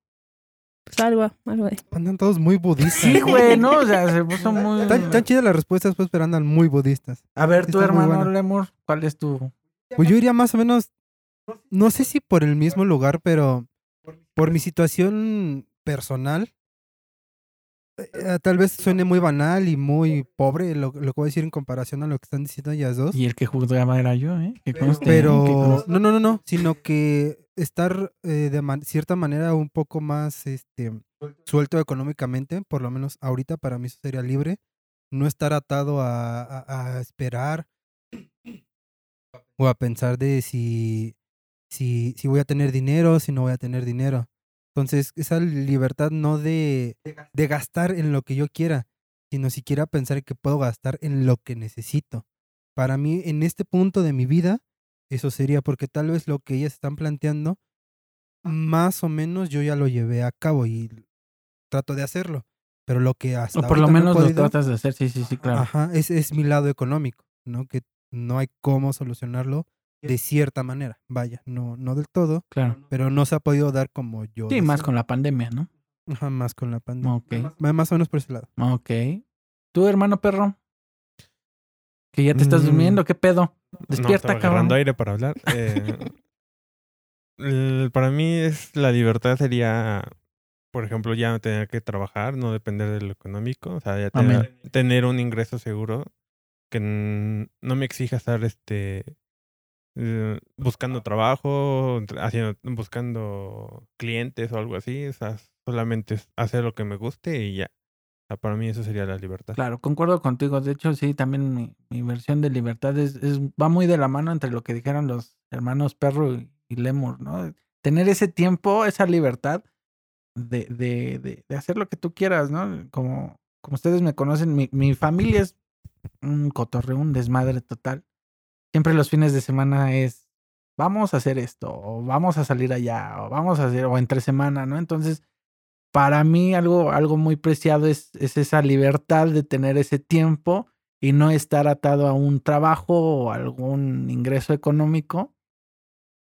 Speaker 3: Pues algo, algo de...
Speaker 7: Andan todos muy budistas.
Speaker 1: Sí, güey, ¿no? O sea, se puso muy.
Speaker 7: Tan, tan chidas las respuestas, pues, pero andan muy budistas.
Speaker 1: A ver, tu
Speaker 7: Está muy
Speaker 1: hermano
Speaker 7: buena.
Speaker 1: Lemur, ¿cuál es tu.
Speaker 7: Pues yo iría más o menos, no sé si por el mismo lugar, pero por mi situación personal, eh, tal vez suene muy banal y muy pobre lo, lo que voy a decir en comparación a lo que están diciendo ellas dos.
Speaker 1: Y el que juzgaba era yo, ¿eh? Que conste, ¿eh? Que
Speaker 7: Pero
Speaker 1: conste.
Speaker 7: no, no, no, no, sino que estar eh, de man- cierta manera un poco más este suelto económicamente, por lo menos ahorita para mí eso sería libre, no estar atado a, a- a esperar o a pensar de si, si, si voy a tener dinero, si no voy a tener dinero. Entonces, esa libertad no de, de gastar en lo que yo quiera, sino siquiera pensar que puedo gastar en lo que necesito. Para mí, en este punto de mi vida, eso sería porque tal vez lo que ellas están planteando, más o menos yo ya lo llevé a cabo y trato de hacerlo. Pero lo que
Speaker 1: O
Speaker 7: hasta
Speaker 1: por lo
Speaker 7: ahorita no he
Speaker 1: menos lo
Speaker 7: podido- Ah.
Speaker 1: tratas de hacer, sí, sí, sí, claro.
Speaker 7: Ajá, es, es mi lado económico, ¿no? Que no hay cómo solucionarlo de cierta manera. Vaya, no, no del todo,
Speaker 1: Claro.
Speaker 7: pero no se ha podido dar como yo.
Speaker 1: Ah. Sí, más con la pandemia, ¿no?
Speaker 7: deseo. Ajá, más con la pandemia.
Speaker 1: Ok.
Speaker 7: Va Más o menos por ese lado.
Speaker 1: Ok. ¿Tu hermano perro? Que ya te estás
Speaker 6: Mm.
Speaker 1: durmiendo, ¿qué pedo? Despierta,
Speaker 6: estaba
Speaker 1: cabrón.
Speaker 6: agarrando aire para hablar. Eh, el- para mí es la libertad sería, por ejemplo, ya no tener que trabajar, no depender de lo económico, o sea, ya tener, tener un ingreso seguro que n- no me exija estar este eh, buscando trabajo, tra- haciendo buscando clientes o algo así, o sea, solamente es hacer lo que me guste y ya. O sea, para mí eso sería la libertad.
Speaker 1: Claro, concuerdo contigo. De hecho, sí, también mi, mi versión de libertad es, es- va muy de la mano entre lo que dijeron los hermanos Perro y, y Lemur, ¿no? Tener ese tiempo, esa libertad de, de, de, de hacer lo que tú quieras, ¿no? Como, como ustedes me conocen, mi, mi familia es un cotorreo, un desmadre total. Siempre los fines de semana es, vamos a hacer esto, o vamos a salir allá, o vamos a hacer, o entre semana, ¿no? Entonces, para mí algo, algo muy preciado es, es esa libertad de tener ese tiempo y no estar atado a un trabajo o algún ingreso económico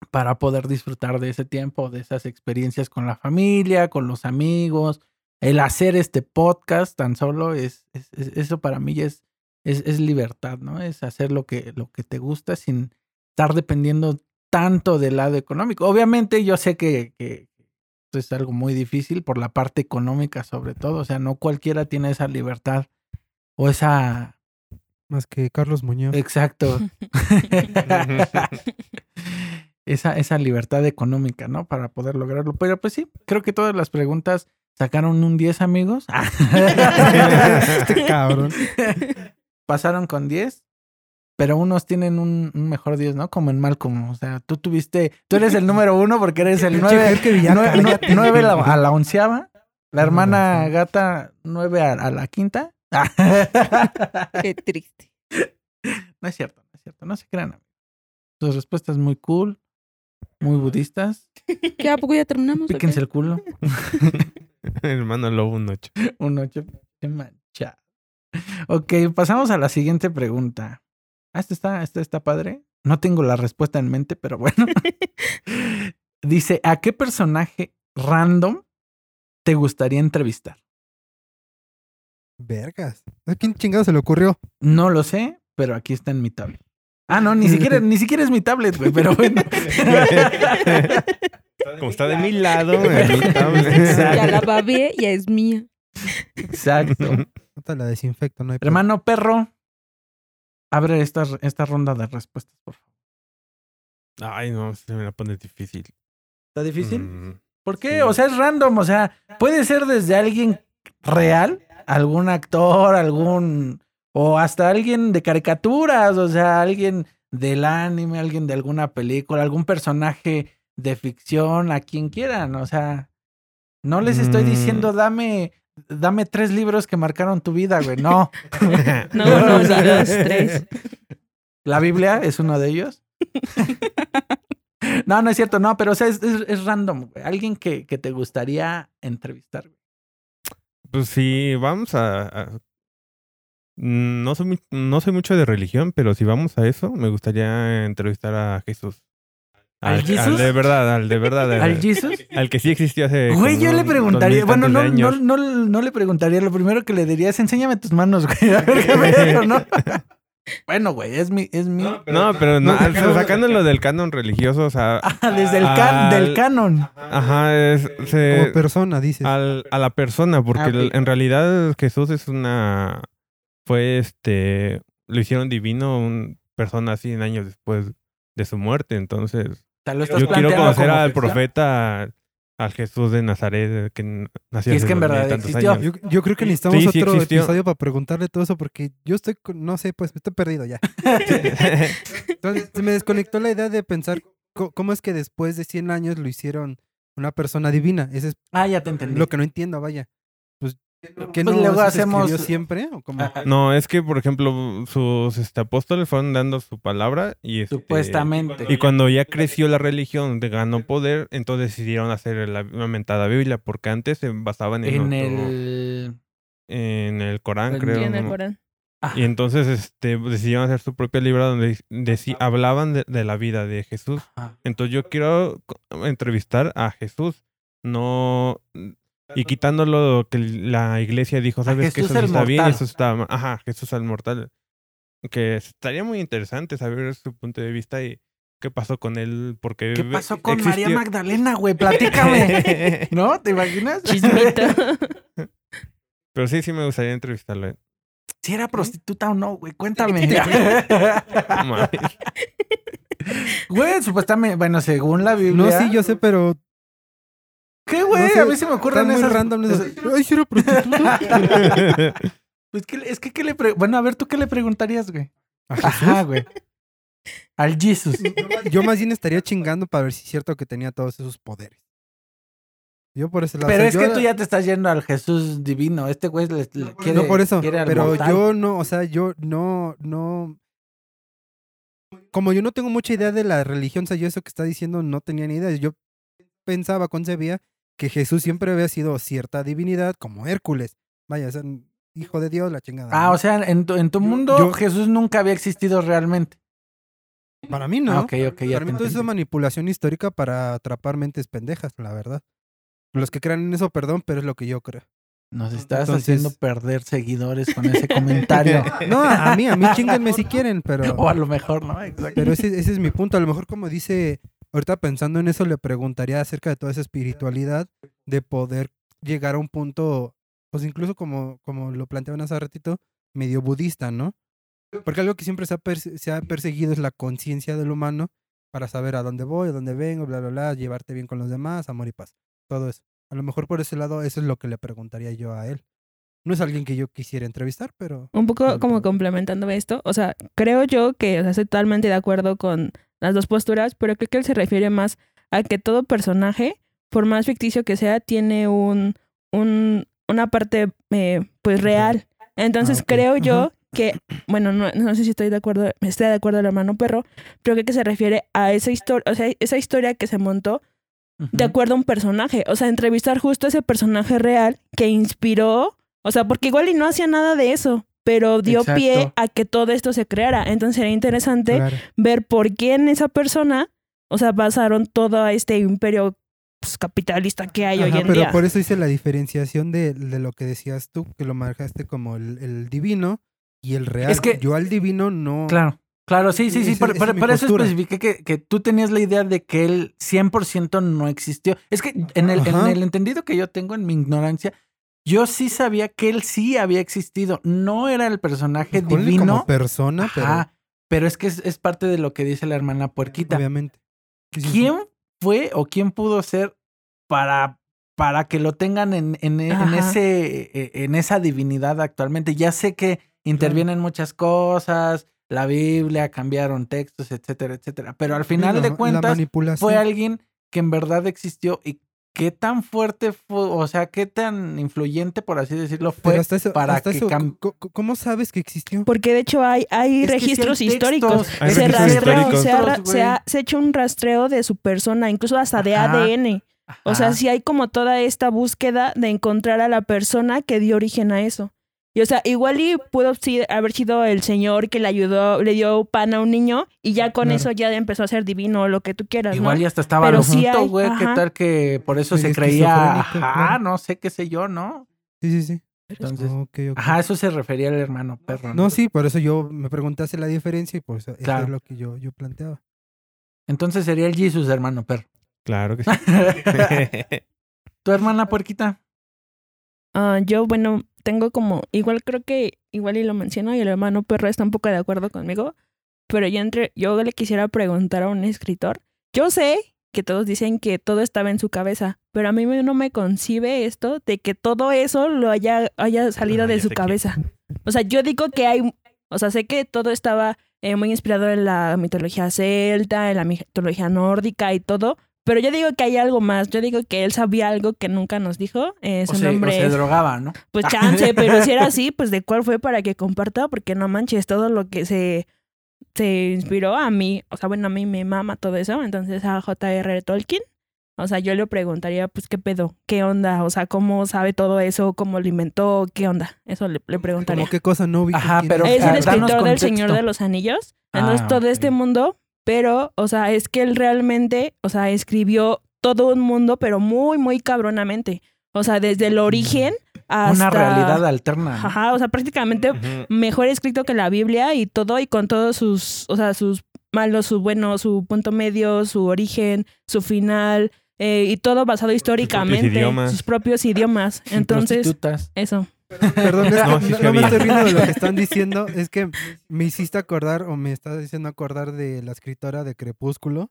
Speaker 1: para poder disfrutar de ese tiempo, de esas experiencias con la familia, con los amigos, el hacer este podcast tan solo es, es- es- eso para mí ya es, es, es libertad, ¿no? Es hacer lo que, lo que te gusta sin estar dependiendo tanto del lado económico. Obviamente yo sé que, que esto es algo muy difícil por la parte económica sobre todo, o sea, no cualquiera tiene esa libertad o esa...
Speaker 7: Más que Carlos Muñoz.
Speaker 1: Exacto. esa, esa libertad económica, ¿no? Para poder lograrlo. Pero pues sí, creo que todas las preguntas sacaron un 10 amigos.
Speaker 7: este cabrón.
Speaker 1: pasaron con 10, pero unos tienen un, un mejor 10, ¿no? Como en Malcolm. O sea, tú tuviste, tú eres el número uno porque eres el 9,
Speaker 7: que Villar, cállate.
Speaker 1: 9 a la onceava, la
Speaker 7: No,
Speaker 1: hermana
Speaker 7: no, sí.
Speaker 1: gata 9 a, a la quinta.
Speaker 5: Qué triste.
Speaker 1: No es cierto, no es cierto, no se crean. amigos. Tus respuestas muy cool, muy budistas.
Speaker 5: ¿Qué a poco ya terminamos? o qué?
Speaker 1: Píquense el culo.
Speaker 6: Hermano Lobo un ocho.
Speaker 1: Un ocho pinche mancha. Ok, pasamos a la siguiente pregunta. Ah, esta está, esta está padre. No tengo la respuesta en mente, pero bueno. Dice, ¿a qué personaje random te gustaría entrevistar?
Speaker 7: Ah, Vergas. ¿A quién chingado se le ocurrió?
Speaker 1: No lo sé, pero aquí está en mi tablet. Ah, no, ni siquiera, ni siquiera es mi tablet, güey, pero bueno.
Speaker 6: Como está de mi lado, en mi tablet.
Speaker 5: Ya la babié, ya es mía.
Speaker 1: Exacto.
Speaker 7: Ahorita la desinfecto, no hay problema.
Speaker 1: Hermano perro, abre esta, esta ronda de respuestas, por favor.
Speaker 6: Ay, no, se me la pone difícil.
Speaker 1: ¿Está difícil?
Speaker 6: Mm,
Speaker 1: ¿Por qué?
Speaker 6: Sí.
Speaker 1: O sea, es random, o sea, puede ser desde alguien real, algún actor, algún o hasta alguien de caricaturas, o sea, alguien del anime, alguien de alguna película, algún personaje de ficción, a quien quieran, o sea, no les estoy
Speaker 6: Mm.
Speaker 1: diciendo dame dame tres libros que marcaron tu vida, güey, no.
Speaker 3: No, no,
Speaker 1: O
Speaker 3: ni
Speaker 1: sea,
Speaker 3: dos, tres.
Speaker 1: La Biblia es uno de ellos. No, no es cierto, no, pero o sea, es, es- es random, güey. Alguien que, que te gustaría entrevistar. güey.
Speaker 6: Pues sí, vamos a, a- No soy, muy- no soy mucho de religión, pero si vamos a eso, me gustaría entrevistar a Jesús.
Speaker 1: ¿Al Jesús?
Speaker 6: de verdad, al de verdad.
Speaker 1: ¿Al Jesus?
Speaker 6: al que sí existió hace.
Speaker 1: Güey,
Speaker 6: como
Speaker 1: yo le
Speaker 6: eh, un-
Speaker 1: preguntaría.
Speaker 6: 2000
Speaker 1: Bueno, no,
Speaker 6: tantos
Speaker 1: no,
Speaker 6: años.
Speaker 1: no, no le preguntaría. Lo primero que le diría es: enséñame tus manos, güey. A ver qué veo, ¿no? bueno, güey, es mi. Es mi...
Speaker 6: No, pero no,
Speaker 1: No,
Speaker 6: o sea,
Speaker 1: sacándolo
Speaker 6: sacándolo del canon religioso, o sea.
Speaker 1: Ah, desde el can-
Speaker 6: al-
Speaker 1: del canon.
Speaker 6: Ajá, es.
Speaker 7: Como
Speaker 6: se-
Speaker 7: persona, dices.
Speaker 6: al- a la persona, porque
Speaker 1: Este, Ah, ok.
Speaker 6: el- en realidad Jesús es una. Fue este. Lo hicieron divino una persona 100 años después de su muerte, entonces.
Speaker 1: O sea, lo estás
Speaker 6: Yo quiero
Speaker 1: planteando
Speaker 6: conocer
Speaker 1: como
Speaker 6: al
Speaker 1: ficción.
Speaker 6: profeta, al Jesús de Nazaret, eh, que n- nació
Speaker 1: Y es
Speaker 6: hace
Speaker 1: que en
Speaker 6: dos mil
Speaker 1: verdad
Speaker 6: tantos
Speaker 1: existió.
Speaker 6: años.
Speaker 7: Yo, yo creo que necesitamos
Speaker 6: Sí, sí
Speaker 7: otro
Speaker 6: existió.
Speaker 7: episodio para preguntarle todo eso porque yo estoy, con- no sé, pues estoy perdido ya. Entonces se me desconectó la idea de pensar co- cómo es que después de 100 años lo hicieron una persona divina. Ese es
Speaker 1: Ah, ya te entendí.
Speaker 7: lo que no entiendo, vaya. Pues, que
Speaker 1: Pues
Speaker 7: no
Speaker 1: luego
Speaker 7: se escribió
Speaker 1: hacemos-
Speaker 7: siempre o cómo?
Speaker 1: Ajá.
Speaker 6: No, es que, por ejemplo, sus este, apóstoles fueron dando su palabra y... este,
Speaker 1: Supuestamente.
Speaker 6: Y cuando ya creció la religión, de- ganó poder, entonces decidieron hacer la aumentada Biblia, porque antes se basaban en,
Speaker 1: En
Speaker 6: otro-
Speaker 1: el.
Speaker 6: en el Corán,
Speaker 1: En
Speaker 6: creo.
Speaker 3: Sí, Pues, en el
Speaker 6: ¿no?
Speaker 3: Corán.
Speaker 1: Ah,
Speaker 6: Y entonces este, decidieron hacer su propia libro donde deci- hablaban de, de la vida de Jesús.
Speaker 1: Ajá.
Speaker 6: Entonces yo quiero co- entrevistar a Jesús, no... Y quitando lo que la iglesia dijo, sabes que
Speaker 1: Jesús
Speaker 6: eso
Speaker 1: el
Speaker 6: sí está bien,
Speaker 1: mortal.
Speaker 6: eso está mal. Ajá, Jesús al mortal. Que estaría muy interesante saber su punto de vista y qué pasó con él, porque...
Speaker 1: ¿Qué
Speaker 6: ve-
Speaker 1: pasó con
Speaker 6: existió-
Speaker 1: María Magdalena, güey? Platícame. ¿No? ¿Te imaginas?
Speaker 3: Chismito.
Speaker 6: Pero sí, sí me gustaría entrevistarlo. ¿eh?
Speaker 1: Si era prostituta o no, güey, cuéntame.
Speaker 6: No mames.
Speaker 1: Güey, supuestamente, bueno, según la Biblia.
Speaker 7: No, sí, yo sé, pero
Speaker 1: ¿Qué, güey?
Speaker 7: no sé,
Speaker 1: a mí se me ocurren
Speaker 7: están muy
Speaker 1: esas...
Speaker 7: random esas-
Speaker 1: esas-
Speaker 7: Ay, ¿sí era prostituta?
Speaker 1: Pues que, es que, ¿qué le pre- Bueno, a ver, ¿tú qué le preguntarías, güey? Ajá, güey. Al Jesus.
Speaker 7: yo más bien estaría chingando para ver si es cierto que tenía todos esos poderes. Yo por ese lado.
Speaker 1: Pero
Speaker 7: o sea,
Speaker 1: es que
Speaker 7: yo-
Speaker 1: tú ya te estás yendo al Jesús divino. Este güey le, le quiere.
Speaker 7: no por eso,
Speaker 1: quiere al
Speaker 7: pero
Speaker 1: mortal.
Speaker 7: yo no, o sea, yo no, no. Como yo no tengo mucha idea de la religión, o sea, yo eso que está diciendo no tenía ni idea. Yo pensaba, concebía que Jesús siempre había sido cierta divinidad, como Hércules. Vaya, o sea, hijo de Dios, la chingada.
Speaker 1: Ah,
Speaker 7: ¿no?
Speaker 1: o sea, en tu, en tu mundo
Speaker 7: yo-
Speaker 1: Jesús nunca había existido realmente.
Speaker 7: para mí no.
Speaker 1: Ah, ok, ok, ya
Speaker 7: para mí
Speaker 1: te
Speaker 7: todo eso es
Speaker 1: entendí.
Speaker 7: manipulación histórica para atrapar mentes pendejas, la verdad. Los que crean en eso, perdón, pero es lo que yo creo.
Speaker 1: Nos estás
Speaker 7: Entonces-
Speaker 1: haciendo perder seguidores con ese comentario.
Speaker 7: No, a mí, a mí chinguenme si quieren, pero.
Speaker 1: o a lo mejor, ¿no? Exacto.
Speaker 7: Pero ese, ese es mi punto. A lo mejor, como dice, ahorita pensando en eso, le preguntaría acerca de toda esa espiritualidad, de poder llegar a un punto, pues incluso como, como lo planteaban hace ratito, medio budista, ¿no? Porque algo que siempre se ha, perse- se ha perseguido es la conciencia del humano para saber a dónde voy, a dónde vengo, bla, bla, bla, llevarte bien con los demás, amor y paz. Todo eso. A lo mejor por ese lado, eso es lo que le preguntaría yo a él. No es alguien que yo quisiera entrevistar, pero...
Speaker 3: Un poco
Speaker 7: Claro,
Speaker 3: como
Speaker 7: claro.
Speaker 3: complementando esto, o sea, creo yo que o sea, estoy totalmente de acuerdo con las dos posturas, pero creo que él se refiere más a que todo personaje, por más ficticio que sea, tiene un, un una parte eh, pues real. Entonces
Speaker 7: ok.
Speaker 3: creo yo
Speaker 7: Ajá.
Speaker 3: que, bueno, no, no sé si estoy de acuerdo, estoy de acuerdo el hermano perro, pero creo que se refiere a esa historia, o sea, esa historia que se montó de acuerdo a un personaje. O sea, entrevistar justo a ese personaje real que inspiró. O sea, porque igual y no hacía nada de eso, pero dio
Speaker 1: Exacto.
Speaker 3: pie a que todo esto se creara. Entonces sería interesante ver por qué en esa persona, o sea, basaron todo este imperio pues, capitalista que hay
Speaker 7: Ajá,
Speaker 3: hoy en
Speaker 7: pero
Speaker 3: día.
Speaker 7: por eso hice la diferenciación de, de lo que decías tú, que lo marcaste como el, el divino y el real.
Speaker 1: Es que-
Speaker 7: yo al divino no...
Speaker 1: Claro, claro, sí, sí, sí.
Speaker 7: Esa-
Speaker 1: por
Speaker 7: esa
Speaker 1: por-
Speaker 7: es mi
Speaker 1: por eso
Speaker 7: postura.
Speaker 1: especifiqué que, que tú tenías la idea de que él 100% no existió. Es que en el, en
Speaker 7: Ajá.
Speaker 1: el entendido que yo tengo, en mi ignorancia, yo sí sabía que él sí había existido. No era el personaje
Speaker 7: ponle
Speaker 1: divino.
Speaker 7: como persona, pero
Speaker 1: Ajá, pero es que es, es parte de lo que dice la hermana puerquita.
Speaker 7: obviamente. Sí, sí, sí.
Speaker 1: ¿Quién fue o quién pudo ser para, para que lo tengan en, en, e- en
Speaker 3: Ajá.
Speaker 1: ese, e- en esa divinidad actualmente? Ya sé que intervienen muchas cosas, la Biblia, cambiaron textos, etcétera, etcétera. Pero al final
Speaker 7: La-
Speaker 1: de
Speaker 7: la
Speaker 1: cuentas,
Speaker 7: manipulación.
Speaker 1: fue alguien que en verdad existió y qué tan fuerte fue, o sea, qué tan influyente, por así decirlo,
Speaker 7: Pero
Speaker 1: fue.
Speaker 7: hasta eso,
Speaker 1: para
Speaker 7: hasta
Speaker 1: que
Speaker 7: eso,
Speaker 1: cam-
Speaker 7: co- co- ¿cómo sabes que existió?
Speaker 3: Porque de hecho hay, hay
Speaker 1: Es que sí hay
Speaker 3: registros
Speaker 1: textos,
Speaker 3: históricos.
Speaker 6: Hay
Speaker 3: se,
Speaker 6: registros
Speaker 3: rastreo,
Speaker 6: históricos.
Speaker 3: se ha, ra-
Speaker 1: güey.
Speaker 3: se ha- se ha hecho un rastreo de su persona, incluso hasta de
Speaker 1: Ajá.
Speaker 3: ADN. O sea,
Speaker 1: Ajá.
Speaker 3: sí hay como toda esta búsqueda de encontrar a la persona que dio origen a eso. Y o sea, igual y pudo si- haber sido el señor que le ayudó, le dio pan a un niño y ya con
Speaker 7: Claro.
Speaker 3: eso ya empezó a ser divino o lo que tú quieras,
Speaker 1: Igual
Speaker 3: ¿no?
Speaker 1: y hasta estaba
Speaker 3: Pero
Speaker 1: lo
Speaker 3: sí hay,
Speaker 1: güey. ¿Qué
Speaker 3: ajá.
Speaker 1: tal que por eso
Speaker 7: Pero
Speaker 1: se
Speaker 7: es
Speaker 1: creía, ajá,
Speaker 7: esquizofrénico, claro.
Speaker 1: no sé qué sé yo, ¿no?
Speaker 7: Sí, sí, sí.
Speaker 1: Entonces, ah,
Speaker 7: Ok, ok.
Speaker 1: ajá, eso se refería al hermano perro.
Speaker 7: No, sí, por eso yo me preguntaste la diferencia y por eso eso
Speaker 1: Claro.
Speaker 7: es lo que yo, yo planteaba.
Speaker 1: Entonces sería el Jesus, hermano perro.
Speaker 6: Claro que sí.
Speaker 1: tu hermana puerquita.
Speaker 3: Ah, yo, bueno, tengo como, igual creo que, igual y lo menciono, y el hermano perro está un poco de acuerdo conmigo, pero yo, entre, yo le quisiera preguntar a un escritor. Yo sé que todos dicen que todo estaba en su cabeza, pero a mí me- no me concibe esto de que todo eso lo haya, haya salido
Speaker 6: Ah,
Speaker 3: de
Speaker 6: ya
Speaker 3: su
Speaker 6: sé quién.
Speaker 3: cabeza. O sea, yo digo que hay, o sea, sé que todo estaba eh, muy inspirado en la mitología celta, en la mitología nórdica y todo. Pero yo digo que hay algo más. Yo digo que él sabía algo que nunca nos dijo. Eh,
Speaker 1: O
Speaker 3: su
Speaker 1: se, o
Speaker 3: nombre
Speaker 1: se
Speaker 3: es
Speaker 1: drogaba, ¿no?
Speaker 3: pues chance, pero si era así, pues de cuál fue para que comparta, porque no manches, todo lo que se, se inspiró a mí, o sea, bueno, a mí me mama todo eso, entonces a J.R.R. Tolkien, o sea, yo le preguntaría, pues, ¿qué pedo? ¿Qué onda? O sea, ¿cómo sabe todo eso? ¿Cómo lo inventó? ¿Qué onda? Eso le, le preguntaría.
Speaker 7: Como qué cosa no vi.
Speaker 1: Ajá, pero-
Speaker 3: Es el
Speaker 1: Claro.
Speaker 3: escritor
Speaker 1: Danos
Speaker 3: del
Speaker 1: contexto.
Speaker 3: Señor de los Anillos, entonces
Speaker 1: Ah,
Speaker 3: todo
Speaker 1: ok.
Speaker 3: este mundo, pero, o sea, es que él realmente, o sea, escribió todo un mundo, pero muy, muy cabronamente. O sea, desde el origen hasta...
Speaker 1: Una realidad alterna. ¿no?
Speaker 3: Ajá, o sea, prácticamente
Speaker 6: Ujú.
Speaker 3: mejor escrito que la Biblia y todo, y con todos sus, o sea, sus malos, sus buenos, su punto medio, su origen, su final, eh, y todo basado históricamente,
Speaker 6: idiomas.
Speaker 3: sus propios idiomas.
Speaker 1: Sin
Speaker 3: Entonces,
Speaker 1: prostitutas.
Speaker 3: eso.
Speaker 7: Perdón, es que
Speaker 6: No,
Speaker 7: no,
Speaker 6: sí se
Speaker 7: no me
Speaker 6: había.
Speaker 7: estoy riendo de lo que están diciendo. Es que me hiciste acordar o me estás diciendo acordar de la escritora de Crepúsculo.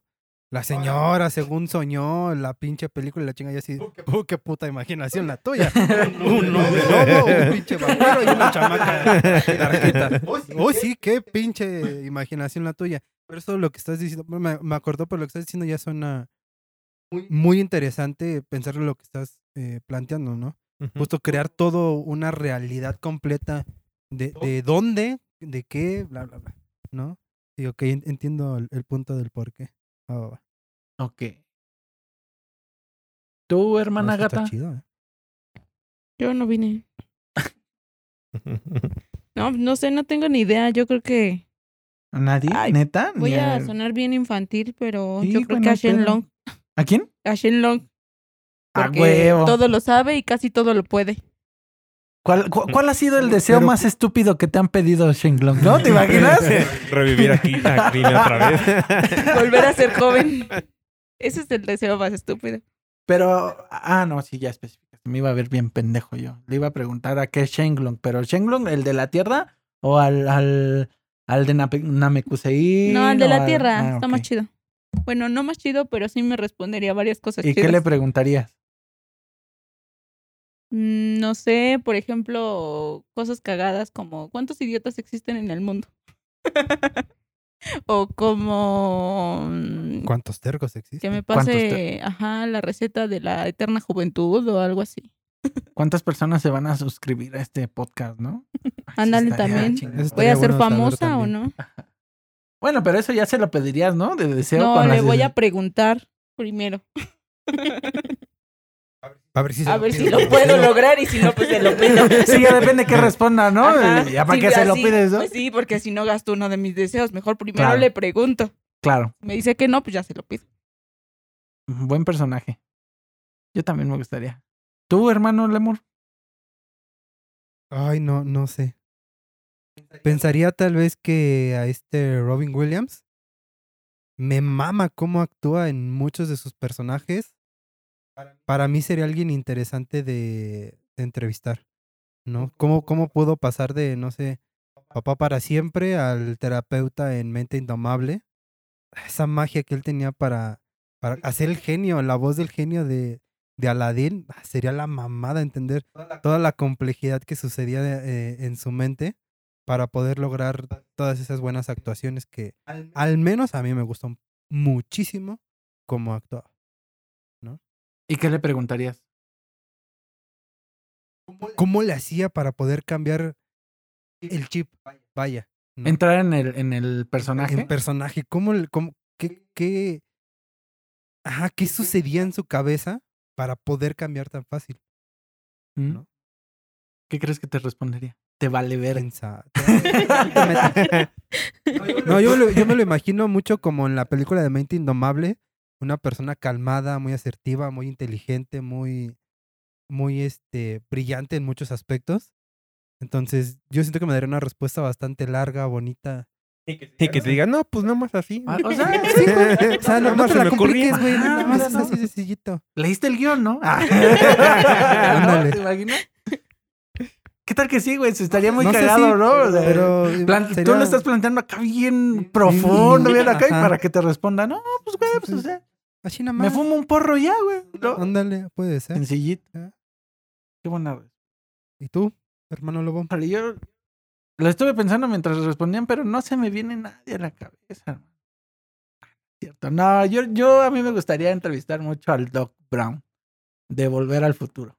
Speaker 7: La señora, según soñó, la pinche película y la chinga, y así, ¡uh, qué puta imaginación la tuya! Un hombre lobo, un pinche vampiro y una chamaca larguita. ¡Oh, sí, qué pinche imaginación la tuya! Pero eso lo que estás diciendo, me, me acordó, pero lo que estás diciendo ya suena muy interesante pensar en lo que estás eh, planteando, ¿no?
Speaker 6: Ujú.
Speaker 7: justo crear todo una realidad completa de, de dónde, de qué, bla, bla, bla, ¿no? Y ok, en- entiendo el, el punto del por qué. Ah, Va, va, va.
Speaker 1: Ok. ¿Tu
Speaker 7: No,
Speaker 1: hermana
Speaker 7: es que está
Speaker 1: gata?
Speaker 7: chido, ¿eh?
Speaker 5: Yo no vine. No, pues, no sé, no tengo ni idea. Yo creo que
Speaker 1: ¿Nadie?
Speaker 5: Ay,
Speaker 1: ¿Neta?
Speaker 5: voy
Speaker 1: Ni
Speaker 5: a
Speaker 1: el-
Speaker 5: sonar bien infantil, pero
Speaker 1: Sí,
Speaker 5: yo creo
Speaker 1: güey,
Speaker 5: que
Speaker 1: no
Speaker 5: a Shenlong.
Speaker 1: ¿A quién?
Speaker 5: A Shenlong.
Speaker 1: A
Speaker 5: porque
Speaker 1: huevo.
Speaker 5: Todo lo sabe y casi todo lo puede.
Speaker 1: ¿Cuál, cu- cuál ha sido el deseo
Speaker 7: Pero-
Speaker 1: más estúpido que te han pedido, Shenlong? ¿No? ¿Te imaginas?
Speaker 6: Revivir aquí a Krillin otra vez.
Speaker 5: Volver a ser joven. Ese es el deseo más estúpido.
Speaker 1: Pero, ah, no, sí, ya especificaste. Me iba a ver bien pendejo yo. Le iba a preguntar a qué Shenlong, pero ¿Shenlong, el de la Tierra? ¿O al, al, al de Nape- Namekusei?
Speaker 5: No, el de
Speaker 1: ¿O
Speaker 5: la
Speaker 1: al-
Speaker 5: tierra.
Speaker 1: ah,
Speaker 5: Está más
Speaker 1: ok.
Speaker 5: chido. Bueno, no más chido, pero sí me respondería varias cosas
Speaker 1: ¿Y
Speaker 5: chidas.
Speaker 1: qué le preguntarías?
Speaker 5: Mm, No sé, por ejemplo, cosas cagadas como ¿cuántos idiotas existen en el mundo? o como mm,
Speaker 7: ¿Cuántos tercos
Speaker 5: que
Speaker 7: existen?
Speaker 5: me
Speaker 1: ¿Cuántos
Speaker 5: pase ajá, la receta de la eterna juventud o algo así.
Speaker 1: ¿Cuántas personas se van a suscribir a este podcast, no? Ay, sí
Speaker 5: Ándale,
Speaker 1: estaría
Speaker 5: también.
Speaker 1: chingón.
Speaker 7: Eso
Speaker 5: ¿Voy
Speaker 7: Estaría
Speaker 5: a ser
Speaker 7: bueno saber
Speaker 5: famosa o
Speaker 7: también.
Speaker 5: no?
Speaker 1: Bueno, pero eso ya se lo pedirías, ¿no? De deseo.
Speaker 5: No,
Speaker 1: cuando
Speaker 5: le
Speaker 1: haces-
Speaker 5: voy a preguntar primero.
Speaker 7: A ver si, se
Speaker 5: A
Speaker 7: lo
Speaker 5: ver
Speaker 7: pide.
Speaker 5: si lo puedo lograr y si no, pues se lo pido.
Speaker 1: Sí, ya depende que responda, ¿no?
Speaker 5: Ajá,
Speaker 1: ya para
Speaker 5: sí,
Speaker 1: qué se lo
Speaker 5: así,
Speaker 1: pides, ¿no?
Speaker 5: pues sí, porque si no gasto uno de mis deseos, mejor primero
Speaker 1: Claro.
Speaker 5: le pregunto.
Speaker 1: Claro,
Speaker 5: Me dice que no, pues ya se lo pido.
Speaker 1: buen personaje. Yo también me gustaría. ¿Tú, hermano Lemur?
Speaker 7: Ay, no, no sé. Pensaría tal vez que a este Robin Williams me mama cómo actúa en muchos de sus personajes. Para mí sería alguien interesante de, de entrevistar, ¿no? ¿Cómo, ¿Cómo pudo pasar de, no sé, papá para siempre al terapeuta en Mente Indomable? Esa magia que él tenía para, para hacer el genio, la voz del genio de, de Aladdin, ah, sería la mamada entender toda la complejidad que sucedía de- eh, en su mente para poder lograr todas esas buenas actuaciones que al menos a mí me gustó muchísimo como actuaba.
Speaker 1: ¿Y qué le preguntarías?
Speaker 7: ¿Cómo le hacía para poder cambiar el chip? Vaya. ¿no?
Speaker 1: Entrar en el, en el personaje.
Speaker 7: En personaje. ¿Cómo, le- cómo- qué, qué, ajá, qué sucedía en su cabeza para poder cambiar tan fácil?
Speaker 1: ¿Mm?
Speaker 7: ¿no?
Speaker 1: ¿Qué crees que te respondería? Te vale ver.
Speaker 2: Piensa. No, yo, lo- yo me lo imagino mucho como en la película de Mente Indomable, una persona calmada, muy asertiva, muy inteligente, muy, muy este, brillante en muchos aspectos. Entonces, yo siento que me daría una respuesta bastante larga, bonita.
Speaker 6: Y que te diga, no, pues nada más así.
Speaker 1: Ah, O sea,
Speaker 2: Sí, güey. O sea, no, no
Speaker 6: Nada más
Speaker 2: te
Speaker 6: se
Speaker 2: la
Speaker 6: me ocurrió.
Speaker 2: compliques, güey. Nada más
Speaker 1: Ah,
Speaker 2: es
Speaker 1: no.
Speaker 2: así sencillito.
Speaker 1: leíste el guión, ¿no? Ah.
Speaker 2: Ándale.
Speaker 1: ¿Te imaginas? ¿Qué tal que sí, güey? Se estaría muy
Speaker 2: No sé
Speaker 1: cagado,
Speaker 2: si-
Speaker 1: ¿no? O sea,
Speaker 2: Pero
Speaker 1: plan- Tú
Speaker 2: sería-
Speaker 1: lo estás planteando acá bien profundo, bien acá, y
Speaker 2: Ajá.
Speaker 1: para que te responda, no, pues, güey, pues, o sea,
Speaker 2: Así nada
Speaker 1: Me
Speaker 2: más.
Speaker 1: fumo un porro ya, güey. ¿no?
Speaker 2: Ándale, puede ser.
Speaker 1: Sencillito.
Speaker 2: Ah.
Speaker 1: Qué buena respuesta.
Speaker 2: ¿Y tú, hermano Lobo?
Speaker 1: Híjole, Yo lo estuve pensando mientras respondían, pero no se me viene nadie a la cabeza. hermano. Ah, Cierto. No, yo, yo a mí me gustaría entrevistar mucho al Doc Brown de Volver al Futuro.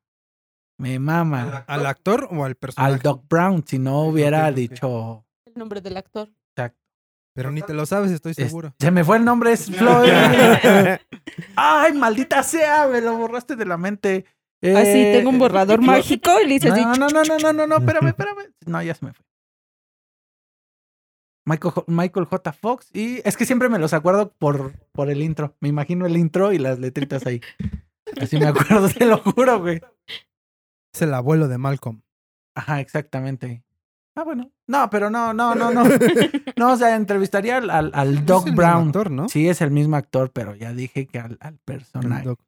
Speaker 1: Me mama
Speaker 2: ¿Al actor o al personaje?
Speaker 1: al Doc Brown si no hubiera
Speaker 2: ok.
Speaker 1: dicho.
Speaker 5: El nombre del actor.
Speaker 2: Pero ni te lo sabes, estoy
Speaker 1: es-
Speaker 2: seguro.
Speaker 1: se me fue el nombre, es Floyd. Ay, maldita sea, me lo borraste de la mente.
Speaker 3: Así
Speaker 1: Eh,
Speaker 3: Ah, tengo un borrador
Speaker 1: Flo-
Speaker 3: mágico y le hice así.
Speaker 1: No, no, no, no, no, no, no, espérame, espérame. No, ya se me fue. Michael, J- Michael J. Fox y es que siempre me los acuerdo por, por el intro. Me imagino el intro y las letritas ahí. Así me acuerdo, te lo juro, güey.
Speaker 2: Es el abuelo de Malcolm.
Speaker 1: Ajá, exactamente. Ah, bueno. No, pero no, no, no, no. No, o sea, entrevistaría al, al, al Doc
Speaker 2: Es el mismo
Speaker 1: Brown.
Speaker 2: actor, ¿no?
Speaker 1: Sí, es el mismo actor, pero ya dije que al, al
Speaker 2: El
Speaker 1: personaje.
Speaker 2: Doc.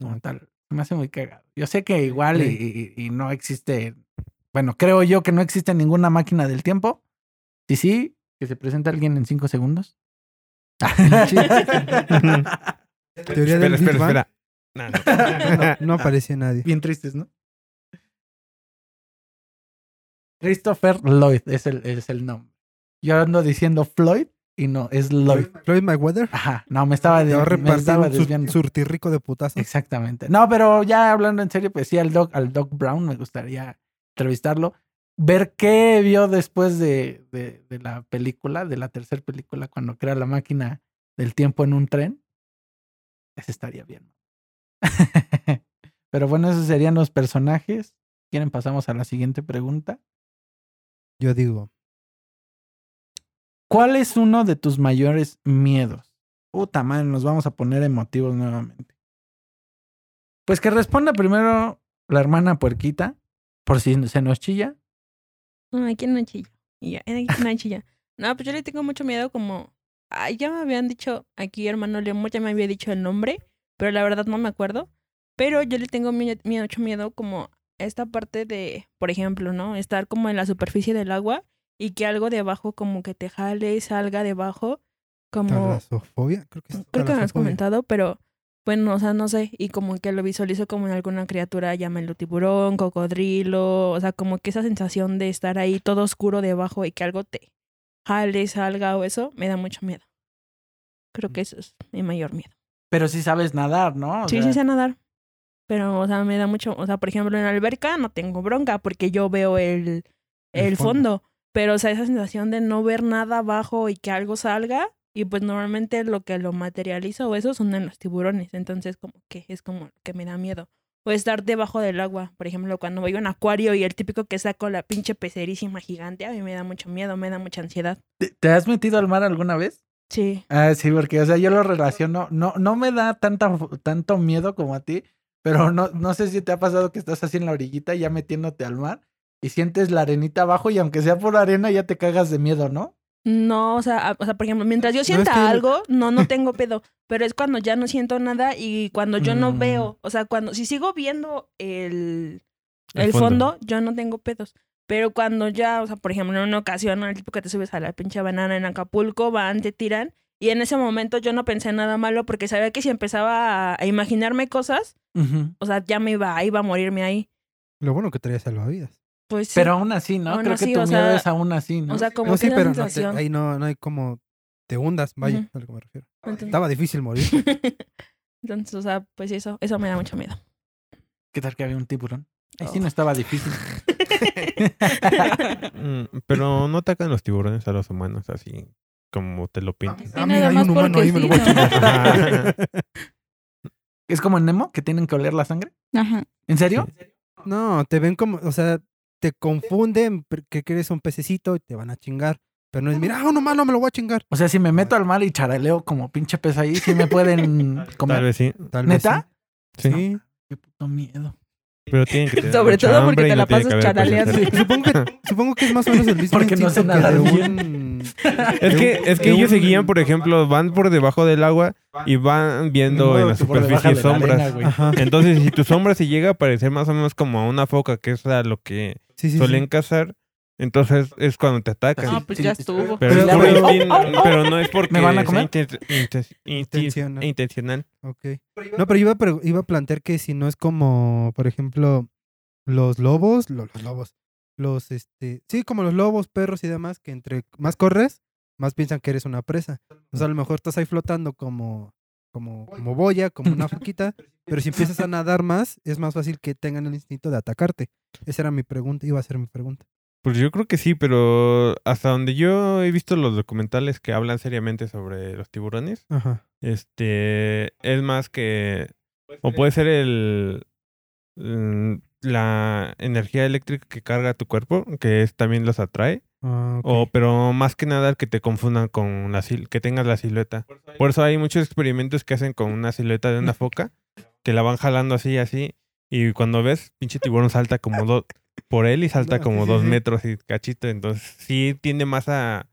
Speaker 1: como
Speaker 2: Ah,
Speaker 1: tal. Se Me hace muy cagado. Yo sé que igual y, y- y no existe. Bueno, creo yo que no existe ninguna máquina del tiempo. Sí, sí, que se presenta alguien en cinco segundos. Ah,
Speaker 2: Teoría del
Speaker 6: espera,
Speaker 2: Big
Speaker 6: espera,
Speaker 2: Bang.
Speaker 6: espera. No, no.
Speaker 2: No aparecía nadie.
Speaker 1: Bien tristes, ¿no? Christopher Lloyd es el, es el nombre. Yo ando diciendo Floyd y no, es Lloyd.
Speaker 2: Floyd Mayweather.
Speaker 1: Ajá, no, me estaba, Ah,
Speaker 2: Te
Speaker 1: de,
Speaker 2: va a
Speaker 1: me
Speaker 2: repartir
Speaker 1: estaba
Speaker 2: un sur-
Speaker 1: desviando.
Speaker 2: surtirrico de putazo.
Speaker 1: Exactamente. No, pero ya hablando en serio, pues sí, al Doc, al Doc Brown me gustaría entrevistarlo. Ver qué vio después de, de- de la película, de la tercera película, cuando crea la máquina del tiempo en un tren. Ese estaría bien. pero bueno, esos serían los personajes. ¿Quieren pasamos a la siguiente pregunta?
Speaker 2: Yo digo,
Speaker 1: ¿Cuál es uno de tus mayores miedos? Puta madre, nos vamos a poner emotivos nuevamente. Pues que responda primero la hermana puerquita, por si se nos chilla.
Speaker 3: Ay, ¿quién no chilla? Y ya, ay, ¿quién no chilla? No, pues yo le tengo mucho miedo como... Ay, ya me habían dicho aquí, hermano Lemur, ya me había dicho el nombre, pero la verdad no me acuerdo. Pero yo le tengo mi- mi- mucho miedo como a esta parte de, por ejemplo, ¿no? Estar como en la superficie del agua y que algo de abajo como que te jale y salga debajo, como...
Speaker 2: talasofobia. Creo que es
Speaker 3: Creo que me has
Speaker 2: talasofobia.
Speaker 3: comentado, pero bueno, o sea, no sé. Y como que lo visualizo como en alguna criatura, llámelo tiburón, cocodrilo, o sea, como que esa sensación de estar ahí todo oscuro debajo y que algo te jale, salga o eso, me da mucho miedo. Creo que eso es mi mayor miedo.
Speaker 1: Pero si sabes nadar, ¿no? O
Speaker 3: sí,
Speaker 1: sea,
Speaker 3: sí sé nadar. Pero, o sea, me da mucho, o sea, por ejemplo, en la alberca no tengo bronca porque yo veo el,
Speaker 2: El
Speaker 3: el,
Speaker 2: fondo.
Speaker 3: fondo. Pero, o sea, esa sensación de no ver nada abajo y que algo salga. Y pues normalmente lo que lo materializa o eso son en los tiburones. Entonces, como que es como lo que me da miedo. O estar debajo del agua. Por ejemplo, cuando voy a un acuario y el típico que saco la pinche pecerísima gigante, a mí me da mucho miedo, me da mucha ansiedad.
Speaker 1: ¿Te- ¿Te has metido al mar alguna vez?
Speaker 3: Sí.
Speaker 1: Ah, sí, porque, o sea, yo lo relaciono. No, no me da tanta, tanto miedo como a ti, pero no, no sé si te ha pasado que estás así en la orillita, ya metiéndote al mar, y sientes la arenita abajo, y aunque sea por arena, ya te cagas de miedo, ¿no?
Speaker 3: No, o sea, a- o sea, por ejemplo, mientras yo
Speaker 2: es que
Speaker 3: sienta
Speaker 2: yo-
Speaker 3: algo, no, no tengo pedo, pero es cuando ya no siento nada y cuando yo no
Speaker 1: Mm.
Speaker 3: veo, o sea, cuando si sigo viendo el,
Speaker 6: El
Speaker 3: el
Speaker 6: fondo.
Speaker 3: fondo. yo no tengo pedos, pero cuando ya, o sea, por ejemplo, en una ocasión, el tipo que te subes a la pinche banana en Acapulco, van, te tiran, y en ese momento yo no pensé nada malo porque sabía que si empezaba a, a imaginarme cosas, o sea, ya me iba, iba a morirme ahí.
Speaker 2: Lo bueno que traía salvavidas.
Speaker 3: Pues sí,
Speaker 1: Pero aún así, ¿no?
Speaker 3: Aún
Speaker 1: Creo
Speaker 3: así,
Speaker 1: que tu
Speaker 3: o
Speaker 1: miedo
Speaker 3: sea,
Speaker 1: es aún así, ¿no?
Speaker 3: o sea, como
Speaker 2: No,
Speaker 7: pues
Speaker 3: que
Speaker 2: sí,
Speaker 3: esa
Speaker 2: pero no te-
Speaker 3: sensación.
Speaker 2: ahí no, no hay como te hundas. Vaya,
Speaker 3: Ujú.
Speaker 2: a lo que me refiero.
Speaker 3: Entonces-
Speaker 2: Estaba difícil morir.
Speaker 3: Entonces, o sea, pues eso, eso me da mucho miedo.
Speaker 1: ¿Qué tal que había un tiburón? Ahí sí
Speaker 3: Oh.
Speaker 1: no estaba difícil.
Speaker 6: Mm, Pero no atacan los tiburones a los humanos así como te lo pintan.
Speaker 5: Sí, nada más porque sí, ¿no?
Speaker 6: Ajá.
Speaker 1: ¿Es como en Nemo que tienen que oler la sangre?
Speaker 5: Ajá.
Speaker 1: ¿En serio?
Speaker 2: No, te ven como, o sea,
Speaker 7: te confunden, per- que que eres un pececito y te van a chingar. Pero no es, mira, ah, no malo, me lo voy a chingar.
Speaker 1: O sea, si me meto al mar y charaleo como pinche pez ahí, sí me pueden
Speaker 6: Tal
Speaker 1: comer.
Speaker 6: vez sí.
Speaker 7: Tal vez
Speaker 1: ¿Neta?
Speaker 6: Sí.
Speaker 7: Sí.
Speaker 1: Qué puto miedo.
Speaker 6: Pero tienen que tener
Speaker 5: Sobre
Speaker 6: mucha
Speaker 5: todo porque
Speaker 6: hambre y
Speaker 5: te la
Speaker 6: no tiene que
Speaker 5: pasas
Speaker 6: haber
Speaker 5: charaleando.
Speaker 6: parecer.
Speaker 7: Sí, Supongo que, supongo que es más o menos el mismo
Speaker 1: Porque no sé
Speaker 7: instinto que
Speaker 1: nadar
Speaker 7: de
Speaker 1: bien.
Speaker 7: un-
Speaker 6: Es que, es que
Speaker 7: de
Speaker 6: ellos se
Speaker 7: un-
Speaker 6: guían, por ejemplo, van por debajo del agua y van viendo
Speaker 1: Ni modo
Speaker 6: en la
Speaker 1: que por debajo
Speaker 6: superficie
Speaker 1: de la arena,
Speaker 6: sombras.
Speaker 1: güey.
Speaker 7: Ajá.
Speaker 6: Entonces, si tu sombra se llega a parecer más o menos como a una foca, que es a lo que
Speaker 7: Sí, sí, sí.
Speaker 6: suelen cazar, entonces es cuando te atacan.
Speaker 5: Ah, pues ya estuvo.
Speaker 6: Pero, es
Speaker 1: Pero-
Speaker 6: por
Speaker 1: pero-
Speaker 6: instin- pero no es porque
Speaker 1: oh, ¿Me van a
Speaker 6: sea
Speaker 1: comer?
Speaker 6: inten- inten- inten-
Speaker 7: Intencional.
Speaker 6: intencional.
Speaker 7: Ok. No, pero iba a, pre- iba a plantear que si no es como, por ejemplo, los lobos, lo- los lobos, los, este, sí, como los lobos, perros y demás, que entre más corres, más piensan que eres una presa. O sea, a lo mejor estás ahí flotando como, como, como boya, como una foquita, pero si empiezas a nadar más, es más fácil que tengan el instinto de atacarte. Esa era mi pregunta, iba a ser mi pregunta.
Speaker 6: Pues yo creo que sí, pero hasta donde yo he visto los documentales que hablan seriamente sobre los tiburones,
Speaker 7: Ajá.
Speaker 6: este es más que o puede ser el mm, la energía eléctrica que carga tu cuerpo, que es también los atrae, o pero más que nada que te confundan con la sil- que tengas la silueta. Por eso hay muchos experimentos que hacen con una silueta de una foca que la van jalando así así y cuando ves pinche tiburón salta como dos por él y salta
Speaker 7: No,
Speaker 6: como
Speaker 7: sí, sí,
Speaker 6: dos
Speaker 7: sí.
Speaker 6: metros y cachito, entonces sí tiende más a,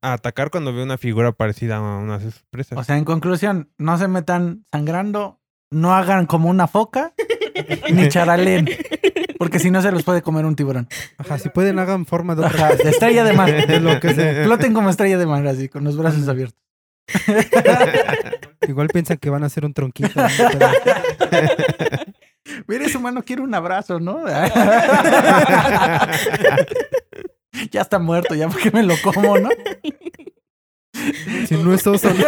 Speaker 6: a atacar cuando ve una figura parecida a una de sus presas.
Speaker 1: O sea, en conclusión, no se metan sangrando, no hagan como una foca, ni charaleen, porque si no se los puede comer un tiburón.
Speaker 7: Ajá, si pueden hagan forma de otra
Speaker 1: Ajá, de estrella de mar.
Speaker 7: de lo que sea.
Speaker 1: Floten como estrella de mar, así, con los brazos abiertos.
Speaker 7: Igual piensan que van a ser un tronquito. ¿no? Pero-
Speaker 1: Mire, su mano quiere un abrazo, ¿no? ya está muerto, ya porque me lo como, ¿no?
Speaker 7: si no es oso, no.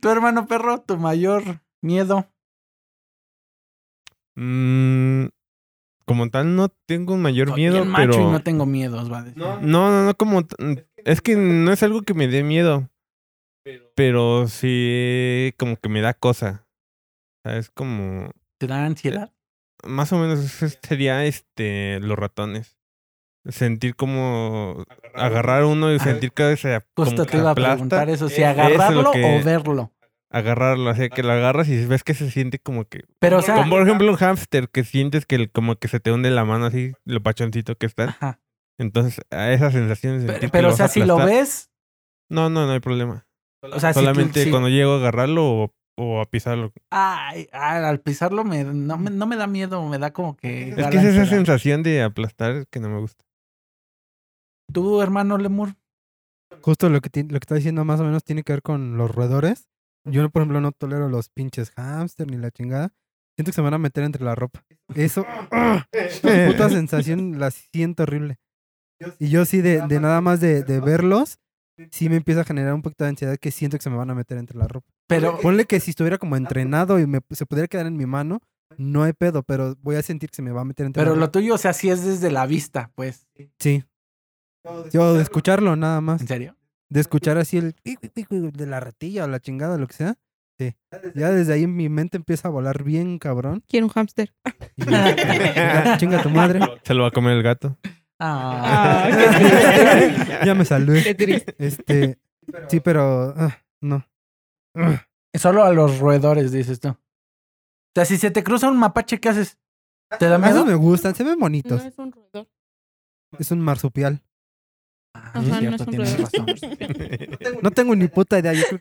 Speaker 1: Tu hermano perro, tu mayor miedo.
Speaker 6: Mm, como tal, no tengo un mayor
Speaker 1: Soy
Speaker 6: miedo,
Speaker 1: bien macho
Speaker 6: pero.
Speaker 1: y
Speaker 6: No,
Speaker 1: no tengo miedos, va a decir.
Speaker 6: no, no, como. t- Es que no es algo que me dé miedo. Pero sí, como que me da cosa. O sea, es como.
Speaker 1: ¿Te da ansiedad?
Speaker 6: Más o menos eso sería este. Los ratones. Sentir como. Agarrar uno y sentir que se ap- como
Speaker 1: Ah, Justo Pues,
Speaker 6: que
Speaker 1: te iba a
Speaker 6: aplasta.
Speaker 1: preguntar eso, si
Speaker 6: es lo
Speaker 1: agarrarlo
Speaker 6: que-
Speaker 1: o verlo.
Speaker 6: Agarrarlo, así que lo agarras y ves que se siente como que
Speaker 1: Pero, o sea,
Speaker 6: Como por ejemplo un hámster que sientes que el- como que se te hunde la mano así, lo pachoncito que está.
Speaker 1: ajá.
Speaker 6: Entonces, a esa sensación de
Speaker 1: Pero-
Speaker 6: sentir que
Speaker 1: pero, o
Speaker 6: vas
Speaker 1: sea,
Speaker 6: a
Speaker 1: si lo
Speaker 6: aplastar.
Speaker 1: ves,
Speaker 6: No, no, no hay problema.
Speaker 1: o sea, si-
Speaker 6: Solamente
Speaker 1: si-
Speaker 6: cuando llego a agarrarlo o, o a pisarlo.
Speaker 1: Ay, ay, al pisarlo me, no, me, no me da miedo, me da como que...
Speaker 6: Es
Speaker 1: da
Speaker 6: que es
Speaker 1: la
Speaker 6: esa
Speaker 1: ansiedad.
Speaker 6: sensación de aplastar que no me gusta.
Speaker 1: Tu hermano Lemur,
Speaker 7: Justo lo que, ti- lo que está diciendo más o menos tiene que ver con los roedores. Yo, por ejemplo, no tolero los pinches hámster ni la chingada. Siento que se me van a meter entre la ropa. Eso, ¡ah! esa puta sensación la siento horrible. Y yo sí, de, de nada más de, de verlos, sí me empieza a generar un poquito de ansiedad que siento que se me van a meter entre la ropa.
Speaker 1: pero...
Speaker 7: Ponle que si estuviera como entrenado y me, se pudiera quedar en mi mano, no hay pedo, pero voy a sentir que se me va a meter entre
Speaker 1: Pero
Speaker 7: la
Speaker 1: lo
Speaker 7: ropa.
Speaker 1: tuyo, o sea, sí es desde la vista, pues.
Speaker 7: Sí. Yo de escucharlo nada más.
Speaker 1: ¿En serio?
Speaker 7: de escuchar así el cuic, cuic, cuic, cuic de la ratilla o la chingada, lo que sea. Sí. Ya desde ahí mi mente empieza a volar bien cabrón.
Speaker 5: Quiero un hámster.
Speaker 7: Y yo, chinga, chinga tu madre.
Speaker 6: Se lo va a comer el gato.
Speaker 1: Ah.
Speaker 7: ya me
Speaker 5: Qué
Speaker 7: saludé.
Speaker 5: triste.
Speaker 7: Este, sí, pero ah, no. Ah,
Speaker 1: Solo a los roedores, dices tú. O sea, si se te cruza un mapache, ¿qué haces? ¿Te da
Speaker 7: Esos
Speaker 1: miedo?
Speaker 7: me gustan, se ven
Speaker 5: No
Speaker 7: bonitos.
Speaker 5: es un roedor.
Speaker 7: Es un marsupial.
Speaker 1: Ah,
Speaker 5: Ajá, no es un
Speaker 1: tienes
Speaker 5: roedor.
Speaker 1: razón.
Speaker 7: No tengo ni puta idea. Yo creo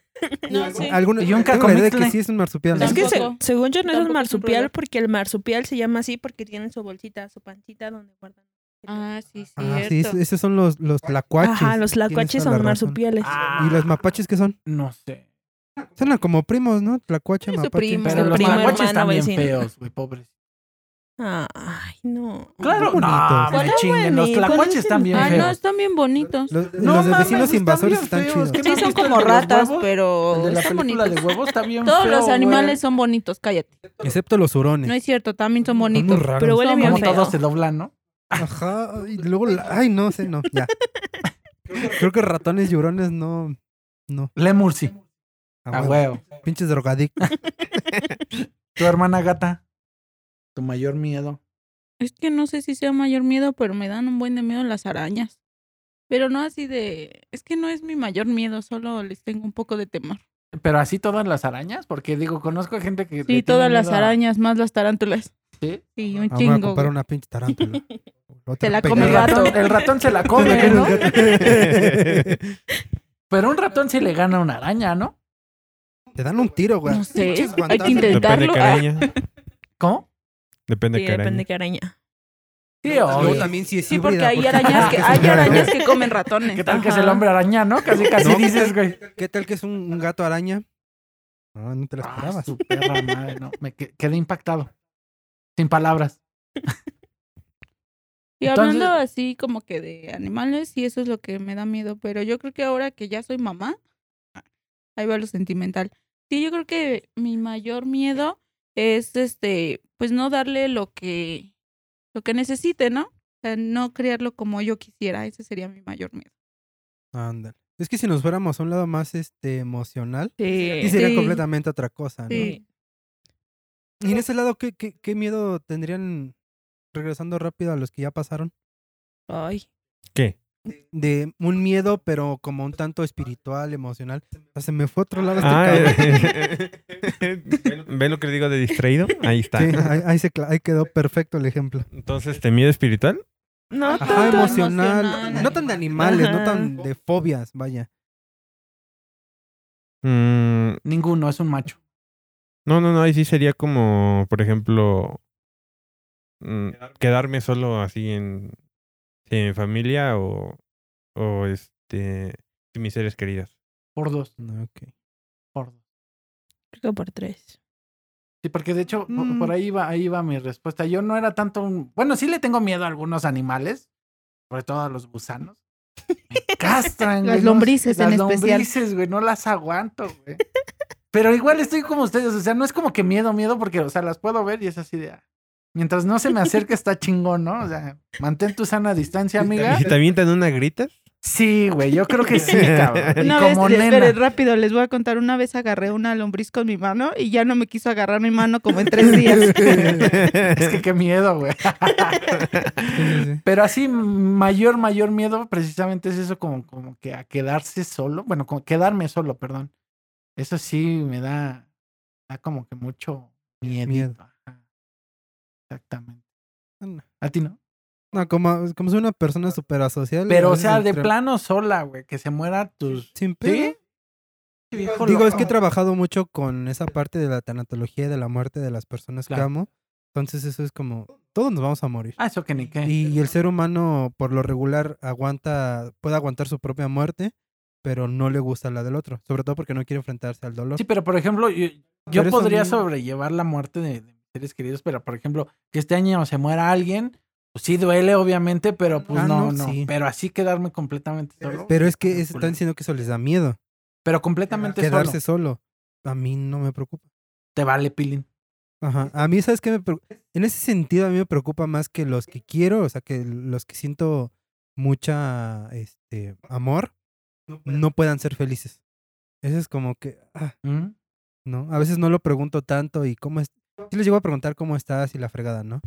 Speaker 5: No, sí.
Speaker 7: alguna-
Speaker 1: Y un
Speaker 7: tengo la idea de que
Speaker 1: cacahuatle.
Speaker 7: sí es un marsupial. ¿no?
Speaker 3: Pues Es que se-
Speaker 5: Tampoco.
Speaker 3: según yo no es un
Speaker 5: Tampoco es un
Speaker 3: marsupial
Speaker 5: roedor.
Speaker 3: porque el marsupial se llama así porque tiene su bolsita, su pancita donde guardan.
Speaker 5: Ah, sí,
Speaker 7: Ah,
Speaker 5: cierto.
Speaker 7: sí, es- esos son los, los tlacuaches.
Speaker 3: Ajá, los
Speaker 7: Tienes
Speaker 3: lacuaches
Speaker 7: toda la razón.
Speaker 3: son marsupiales.
Speaker 1: Ah,
Speaker 7: ¿Y los mapaches qué son?
Speaker 1: No sé.
Speaker 5: Este
Speaker 7: Suenan como primos, ¿no? Tlacuache,
Speaker 5: Sí, su
Speaker 7: mapache. este,
Speaker 5: primo.
Speaker 1: Pero
Speaker 3: Tu
Speaker 1: los
Speaker 3: primo
Speaker 1: mapaches
Speaker 3: hermano
Speaker 1: están bien
Speaker 3: vecino.
Speaker 1: feos, güey, pobres.
Speaker 3: Ay, no.
Speaker 1: Claro,
Speaker 7: bonitos.
Speaker 1: no, me
Speaker 5: Están
Speaker 1: chinguen. Los
Speaker 5: bonitos.
Speaker 1: tlacuaches están bien
Speaker 5: Ah, no,
Speaker 1: feos.
Speaker 5: están bien bonitos.
Speaker 7: Los,
Speaker 1: No
Speaker 7: los de
Speaker 1: mames,
Speaker 7: vecinos
Speaker 1: están
Speaker 7: invasores
Speaker 1: bien
Speaker 7: están
Speaker 1: feos,
Speaker 7: chidos.
Speaker 1: ¿qué
Speaker 5: Sí,
Speaker 1: ¿Has
Speaker 5: son
Speaker 1: visto el
Speaker 5: como
Speaker 1: de los
Speaker 5: ratas,
Speaker 1: huevos? El
Speaker 5: pero
Speaker 1: de la
Speaker 5: están
Speaker 1: película
Speaker 5: bonitos.
Speaker 1: de huevos está bien
Speaker 5: Todos
Speaker 1: feo,
Speaker 5: los
Speaker 1: güey.
Speaker 5: animales son bonitos, cállate.
Speaker 7: Excepto los hurones.
Speaker 5: No es cierto, también son
Speaker 7: Son muy
Speaker 5: bonitos.
Speaker 7: raros.
Speaker 3: Pero huele
Speaker 5: Son
Speaker 3: bien
Speaker 1: Como
Speaker 5: bonitos.
Speaker 3: feo.
Speaker 1: todos se doblan, ¿no?
Speaker 7: Ajá. Y luego, la- ay, no sé, no, ya. Creo que ratones y hurones no.
Speaker 1: Lemur sí.
Speaker 5: Ah,
Speaker 7: a
Speaker 1: A
Speaker 7: huevo.
Speaker 1: huevo.
Speaker 7: Pinches drogadictos.
Speaker 1: Tu hermana gata. Tu mayor miedo.
Speaker 5: Es que no sé si sea mayor miedo, pero me dan un buen de miedo las arañas. Pero no así de... Es que no es mi mayor miedo, solo les tengo un poco de temor.
Speaker 1: Pero así todas las arañas, porque digo, conozco gente que. le
Speaker 5: Sí,
Speaker 1: tiene
Speaker 5: todas las
Speaker 1: miedo a-
Speaker 5: arañas, más las tarántulas.
Speaker 1: ¿Sí?
Speaker 5: Sí, un
Speaker 7: Ah, voy a
Speaker 5: chingo.
Speaker 7: comprar
Speaker 5: güey.
Speaker 7: una pinche tarántula.
Speaker 5: Te la come
Speaker 1: El
Speaker 5: el gato.
Speaker 1: ratón, el ratón se la come, ¿no? Pero un ratón sí le gana a una araña, ¿no?
Speaker 7: Te dan un tiro, güey.
Speaker 5: No sé,
Speaker 7: Pinches
Speaker 5: hay que
Speaker 7: guantazos.
Speaker 5: intentar.
Speaker 6: Depende
Speaker 5: Darlo-
Speaker 6: de caraña.
Speaker 1: ¿Cómo?
Speaker 6: Depende
Speaker 3: Sí,
Speaker 6: de caraña.
Speaker 3: depende de qué araña.
Speaker 1: Sí,
Speaker 7: Luego
Speaker 1: obvio.
Speaker 7: también sí es
Speaker 5: Sí,
Speaker 7: híbrida,
Speaker 5: porque hay arañas que, hay
Speaker 7: ¿eh?
Speaker 5: arañas que comen ratones.
Speaker 1: ¿Qué tal que es
Speaker 5: Ajá.
Speaker 1: el hombre araña, no? Casi, casi
Speaker 7: No,
Speaker 1: dices, güey.
Speaker 7: ¿Qué tal que es un, un gato araña? No, no te lo
Speaker 1: Ah,
Speaker 7: esperabas.
Speaker 1: su perra madre, no. Me que- quedé impactado. Sin palabras.
Speaker 5: Y hablando
Speaker 1: Entonces-
Speaker 5: así como que de animales, y eso es lo que me da miedo, pero yo creo que ahora que ya soy mamá, ahí va lo sentimental. Sí, yo creo que mi mayor miedo es este, pues no darle lo que lo que necesite, ¿no? O sea, no criarlo como yo quisiera, ese sería mi mayor miedo.
Speaker 7: Ándale. Es que si nos fuéramos a un lado más este emocional,
Speaker 3: Sí.
Speaker 7: sí sería
Speaker 5: Eh, Sí.
Speaker 7: completamente otra cosa, ¿no?
Speaker 5: Sí.
Speaker 7: Y en ese lado, ¿qué, qué, qué miedo tendrían, regresando rápido a los que ya pasaron?
Speaker 3: Ay.
Speaker 6: ¿Qué?
Speaker 7: De un miedo, pero como un tanto espiritual, emocional. O sea, se me fue a otro lado este
Speaker 6: Ah,
Speaker 7: cabrón.
Speaker 3: Este
Speaker 6: eh, ¿Ven- ¿Ven lo que le digo de distraído? Ahí está.
Speaker 7: Sí, ahí, ahí se cla- ahí quedó perfecto el ejemplo.
Speaker 6: Entonces, ¿te miedo espiritual?
Speaker 3: No,
Speaker 5: Ajá,
Speaker 7: Ajá,
Speaker 3: tanto.
Speaker 7: Ah, emocional.
Speaker 5: emocional.
Speaker 7: No tan de animales, no
Speaker 3: Ajá.
Speaker 7: tan de fobias, vaya.
Speaker 6: Mm,
Speaker 1: Ninguno, es un macho.
Speaker 6: no, no, no. Ahí sí sería como, por ejemplo, mm, quedarme solo así en, sí, en familia o, o este, sin mis seres queridos.
Speaker 1: Por dos,
Speaker 7: No, ok.
Speaker 1: por dos.
Speaker 3: Creo que por tres.
Speaker 1: Sí, porque de hecho, por-
Speaker 7: Mm.
Speaker 1: por ahí va, ahí va mi respuesta. Yo no era tanto un. Bueno, sí le tengo miedo a algunos animales, sobre todo a los gusanos. Me castran,
Speaker 5: Las
Speaker 1: güey, no-
Speaker 5: lombrices en
Speaker 1: las
Speaker 5: especial.
Speaker 1: lombrices, güey, no las aguanto, güey. Pero igual estoy como ustedes, o sea, no es como que miedo, miedo, porque, o sea, las puedo ver y es así de. ah, Mientras no se me acerque, está chingón, ¿no? O sea, mantén tu sana distancia, amiga.
Speaker 6: ¿Y si te avientan una grita?
Speaker 1: Sí, güey, yo creo que sí, cabrón. Y
Speaker 5: Una vez,
Speaker 1: como
Speaker 5: esperen,
Speaker 1: nena.
Speaker 5: rápido, les voy a contar. Una vez agarré una lombriz con mi mano y ya no me quiso agarrar mi mano como en tres días.
Speaker 1: Es que qué miedo, güey.
Speaker 7: Sí, sí, sí.
Speaker 1: Pero así, mayor, mayor miedo precisamente es eso, como, como que a quedarse solo. Bueno, como quedarme solo, perdón. Eso sí me da, da como que mucho miedo.
Speaker 7: Miedo.
Speaker 1: Exactamente.
Speaker 7: Ah, no.
Speaker 1: A ti no.
Speaker 7: No, como, como soy una persona súper asocial.
Speaker 1: Pero,
Speaker 7: a
Speaker 1: o
Speaker 7: veces
Speaker 1: sea, de
Speaker 7: tra-
Speaker 1: plano sola, güey, que se muera tus.
Speaker 7: Sin pedo.
Speaker 1: ¿Sí? Viejo
Speaker 7: Digo,
Speaker 1: loco.
Speaker 7: es que he trabajado mucho con esa parte de la tanatología y de la muerte de las personas que
Speaker 1: Claro.
Speaker 7: amo. Entonces eso es como, todos nos vamos a morir.
Speaker 1: Ah, eso que ni qué.
Speaker 7: Y el ser humano, por lo regular, aguanta, puede aguantar su propia muerte, pero no le gusta la del otro. Sobre todo porque no quiere enfrentarse al dolor.
Speaker 1: Sí, pero por ejemplo, yo, yo
Speaker 7: Pero eso
Speaker 1: podría
Speaker 7: no-
Speaker 1: sobrellevar la muerte de, de mis seres queridos, pero por ejemplo, que este año se muera alguien, pues sí duele, obviamente, pero pues
Speaker 7: Ah,
Speaker 1: no,
Speaker 7: no,
Speaker 1: no.
Speaker 7: sí.
Speaker 1: Pero así quedarme completamente solo.
Speaker 7: Pero es que se
Speaker 1: Culo.
Speaker 7: están diciendo que eso les da miedo.
Speaker 1: Pero completamente
Speaker 7: Quedarse
Speaker 1: solo.
Speaker 7: solo. A mí no me preocupa.
Speaker 1: Te vale, Pilín.
Speaker 7: Ajá. A mí, ¿sabes qué? Me preocu- en ese sentido, a mí me preocupa más que los que quiero, o sea, que los que siento mucha, este, amor, no puedan ser felices. Eso es como que, ah,
Speaker 1: ¿Mm?
Speaker 7: ¿no? A veces no lo pregunto tanto y cómo es... Sí les llego a preguntar cómo estás y la fregada, ¿no?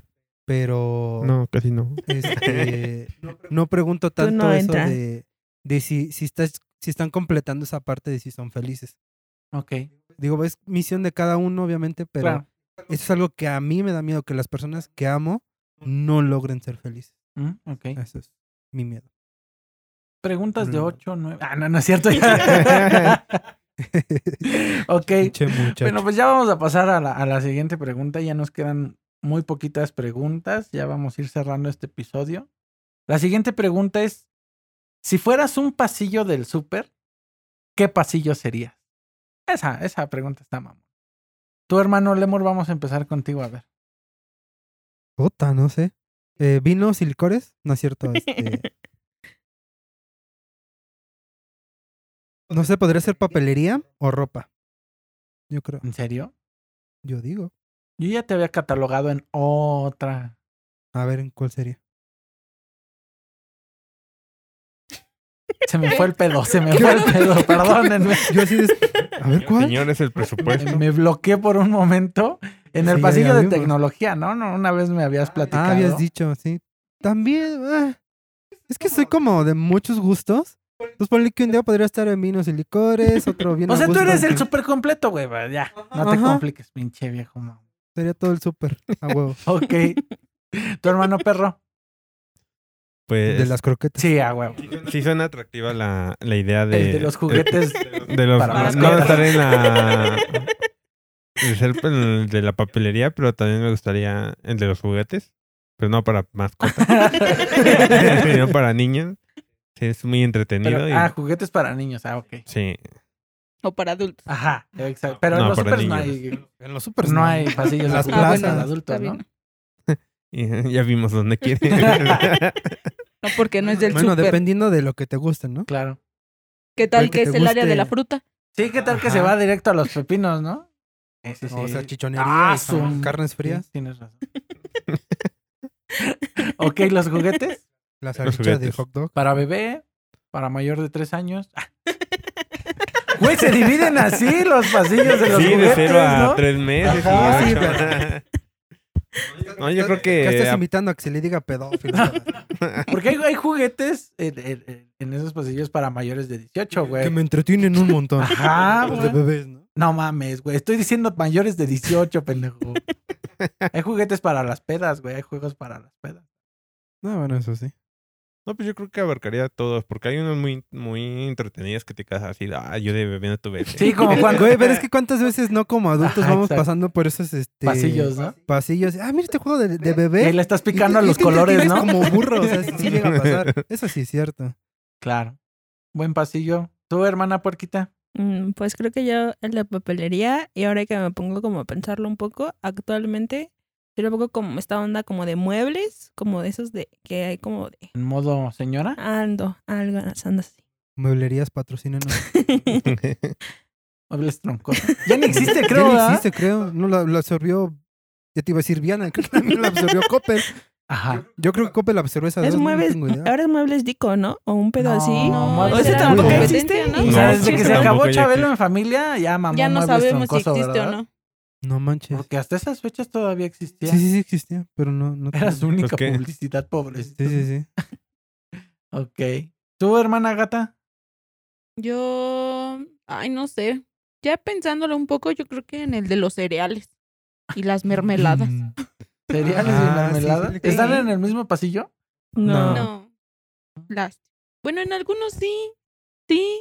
Speaker 7: Pero,
Speaker 6: No, casi no.
Speaker 7: este, no pregunto
Speaker 3: no
Speaker 7: tanto eso
Speaker 3: entras.
Speaker 7: de, de si, si, estás, si están completando esa parte de si son felices.
Speaker 1: Ok.
Speaker 7: Digo, es misión de cada uno, obviamente, pero...
Speaker 1: claro.
Speaker 7: Eso es algo que a mí me da miedo, que las personas que amo no logren ser felices.
Speaker 1: ¿Mm? Ok.
Speaker 7: Eso es mi miedo.
Speaker 1: Preguntas de
Speaker 7: Eh, Mm.
Speaker 1: 8, 9. Ah, no, no es cierto. ya. ok.
Speaker 7: Pinche muchacho.
Speaker 1: Bueno, pues ya vamos a pasar a la, a la siguiente pregunta. Ya nos quedan muy poquitas preguntas. Ya vamos a ir cerrando este episodio. La siguiente pregunta es: si fueras un pasillo del súper, ¿qué pasillo serías? Esa, esa pregunta está mamón. Tu hermano Lemur, vamos a empezar contigo a ver.
Speaker 7: Puta, no sé. Eh, ¿Vinos y licores? No es cierto. Este... No sé, podría ser papelería o ropa. Yo creo.
Speaker 1: ¿En serio?
Speaker 7: Yo digo.
Speaker 1: Yo ya te había catalogado en otra.
Speaker 7: A ver, ¿en cuál sería?
Speaker 1: Se me fue el pedo, se me fue el pedo, perdónenme.
Speaker 7: Yo así de... A ver, ¿cuál?
Speaker 6: Señores, el presupuesto.
Speaker 1: Me bloqueé por un momento En el
Speaker 7: Sí, ya
Speaker 1: pasillo de
Speaker 7: vimos.
Speaker 1: tecnología, ¿no? No, Una vez me habías platicado.
Speaker 7: Ah, habías dicho, sí. También, ah, es que soy como de muchos gustos. Pues ponle que un día podría estar en vinos y licores, otro bien
Speaker 1: O
Speaker 7: a
Speaker 1: sea, tú
Speaker 7: gusto
Speaker 1: eres
Speaker 7: en
Speaker 1: el
Speaker 7: que
Speaker 1: súper completo, güey. va, Ya, no te
Speaker 7: Ajá.
Speaker 1: compliques, pinche viejo. mamón.
Speaker 7: Sería todo el súper, a huevo.
Speaker 1: Ok. ¿Tu hermano perro?
Speaker 6: Pues
Speaker 7: De las croquetas.
Speaker 1: Sí, a huevo.
Speaker 6: sí suena atractiva la, la idea de...
Speaker 1: El de los juguetes.
Speaker 6: de los-
Speaker 1: para
Speaker 6: no de
Speaker 1: mascotas.
Speaker 6: estar en la... de ser pues, el de la papelería, pero también me gustaría el de los juguetes, pero no para mascotas, sino para niños. Sí, es muy entretenido.
Speaker 1: Pero-
Speaker 6: y-
Speaker 1: ah, juguetes para niños. Ah, ok.
Speaker 6: Sí,
Speaker 5: O para adultos.
Speaker 1: Ajá, exacto. Pero en
Speaker 6: No,
Speaker 1: los
Speaker 6: para
Speaker 1: supers no
Speaker 6: niños.
Speaker 1: hay,
Speaker 7: En los súper
Speaker 1: no hay pasillos de
Speaker 7: Pues Las
Speaker 1: juguetes
Speaker 7: plazas.
Speaker 1: para
Speaker 7: Ah,
Speaker 1: adultos,
Speaker 5: está
Speaker 1: ¿no?
Speaker 5: bien.
Speaker 6: y- ya vimos dónde quiere.
Speaker 5: No, porque no es del
Speaker 7: Bueno,
Speaker 5: súper.
Speaker 7: dependiendo de lo que te guste, ¿no?
Speaker 1: Claro.
Speaker 5: ¿Qué
Speaker 7: del
Speaker 5: tal
Speaker 7: que
Speaker 5: que es
Speaker 7: te
Speaker 5: el área de la
Speaker 7: guste.
Speaker 5: fruta?
Speaker 1: Sí, ¿qué tal que se
Speaker 7: Ajá.
Speaker 1: va directo a los pepinos, no? Sí, sí,
Speaker 7: O
Speaker 1: sí.
Speaker 7: sea, chichonería,
Speaker 1: Ah,
Speaker 7: y
Speaker 1: su-
Speaker 7: jamón, carnes
Speaker 1: Sí,
Speaker 7: frías,
Speaker 1: tienes razón. ok, los juguetes
Speaker 7: las
Speaker 6: Los
Speaker 7: salchichas de
Speaker 6: juguetes.
Speaker 7: hot dog.
Speaker 1: para bebé, para mayor de tres años. Ah. Güey, se dividen así los pasillos de los
Speaker 6: sí, de
Speaker 1: juguetes,
Speaker 6: cero a
Speaker 1: ¿no?
Speaker 6: tres meses.
Speaker 1: Ajá,
Speaker 6: y
Speaker 1: sí,
Speaker 6: ocho. No, yo creo
Speaker 7: Que
Speaker 6: que...
Speaker 7: estás
Speaker 6: a-
Speaker 7: invitando a que se le diga pedófilo.
Speaker 1: Porque hay, hay juguetes en, en- en esos pasillos para mayores de 18,
Speaker 7: que
Speaker 1: güey.
Speaker 7: me entretienen un montón.
Speaker 1: Ajá,
Speaker 7: Los de
Speaker 1: güey.
Speaker 7: bebés, ¿no?
Speaker 1: No mames, güey. Estoy diciendo mayores de 18, pendejo. Hay juguetes para las pedas, güey. Hay juegos para las pedas.
Speaker 7: No, bueno, eso sí.
Speaker 6: No, pues yo creo que abarcaría a todos, porque hay unos muy, muy entretenidas que te quedas así, ah, yo de bebé no tuve.
Speaker 1: Sí, como cuando...
Speaker 7: Güey, pero es que cuántas veces no como adultos
Speaker 1: Ajá,
Speaker 7: vamos
Speaker 1: exacto.
Speaker 7: pasando por esos este,
Speaker 1: Pasillos, ¿no?
Speaker 7: pasillos. Ah, mira este juego de, de
Speaker 1: Y
Speaker 7: bebé.
Speaker 1: ahí le estás picando a
Speaker 7: ¿Eh? Y- y
Speaker 1: los
Speaker 7: te
Speaker 1: colores,
Speaker 7: entretienes
Speaker 1: ¿no?
Speaker 7: Como burro, o sea, sí llega a pasar. Eso sí es cierto.
Speaker 1: Claro. Buen pasillo. ¿Tu hermana puerquita?
Speaker 3: Mm, Pues creo que yo el de papelería y ahora que me pongo como a pensarlo un poco, actualmente yo lo pongo como esta onda como de muebles, como de esos de que hay como de "Ah,
Speaker 1: En modo señora.
Speaker 3: ando, algo ando así.
Speaker 7: Mueblerías patrocinan.
Speaker 1: Muebles troncos. Ya ni existe, creo,
Speaker 7: Ya
Speaker 1: ¿verdad?
Speaker 7: lo hiciste, creo. No lo, lo absorbió. Ya te iba a decir Viana, creo que también lo absorbió Coppel.
Speaker 1: Ajá.
Speaker 7: Yo creo que Coppel absorbió esas
Speaker 3: Es
Speaker 7: dos.
Speaker 3: muebles,
Speaker 7: no tengo idea.
Speaker 3: ahora es muebles Dico, ¿no? O un pedo así.
Speaker 1: No,
Speaker 5: No,
Speaker 1: muebles
Speaker 5: ese
Speaker 1: ese
Speaker 5: era
Speaker 1: tampoco
Speaker 5: la
Speaker 1: ya
Speaker 5: competencia,
Speaker 1: existe.
Speaker 5: Ah, ¿no?
Speaker 1: O sea,
Speaker 6: No,
Speaker 1: desde
Speaker 6: sí,
Speaker 1: que se
Speaker 6: tampoco
Speaker 1: acabó
Speaker 6: ya
Speaker 1: Chabelo
Speaker 6: existe.
Speaker 1: en familia, ya mamó
Speaker 5: Ya no
Speaker 1: muebles
Speaker 5: sabemos si
Speaker 1: troncoso,
Speaker 5: existe
Speaker 1: ¿verdad?
Speaker 5: o no.
Speaker 7: No manches.
Speaker 1: Porque hasta esas fechas todavía existía.
Speaker 7: Sí, sí, sí existía, pero no. no
Speaker 1: Era su única
Speaker 6: qué?
Speaker 1: publicidad, pobrecito.
Speaker 7: Sí, sí, sí.
Speaker 1: Ok. ¿Tu hermana gata?
Speaker 5: Yo, ay, no sé. Ya pensándolo un poco, yo creo que en el de los cereales y las mermeladas.
Speaker 7: Mm.
Speaker 1: ¿Cereales y
Speaker 7: Ah, sí,
Speaker 1: mermelada?
Speaker 7: sí, sí.
Speaker 1: ¿Están en el mismo pasillo?
Speaker 7: No.
Speaker 3: No.
Speaker 5: No. Las. Bueno, en algunos sí. Sí.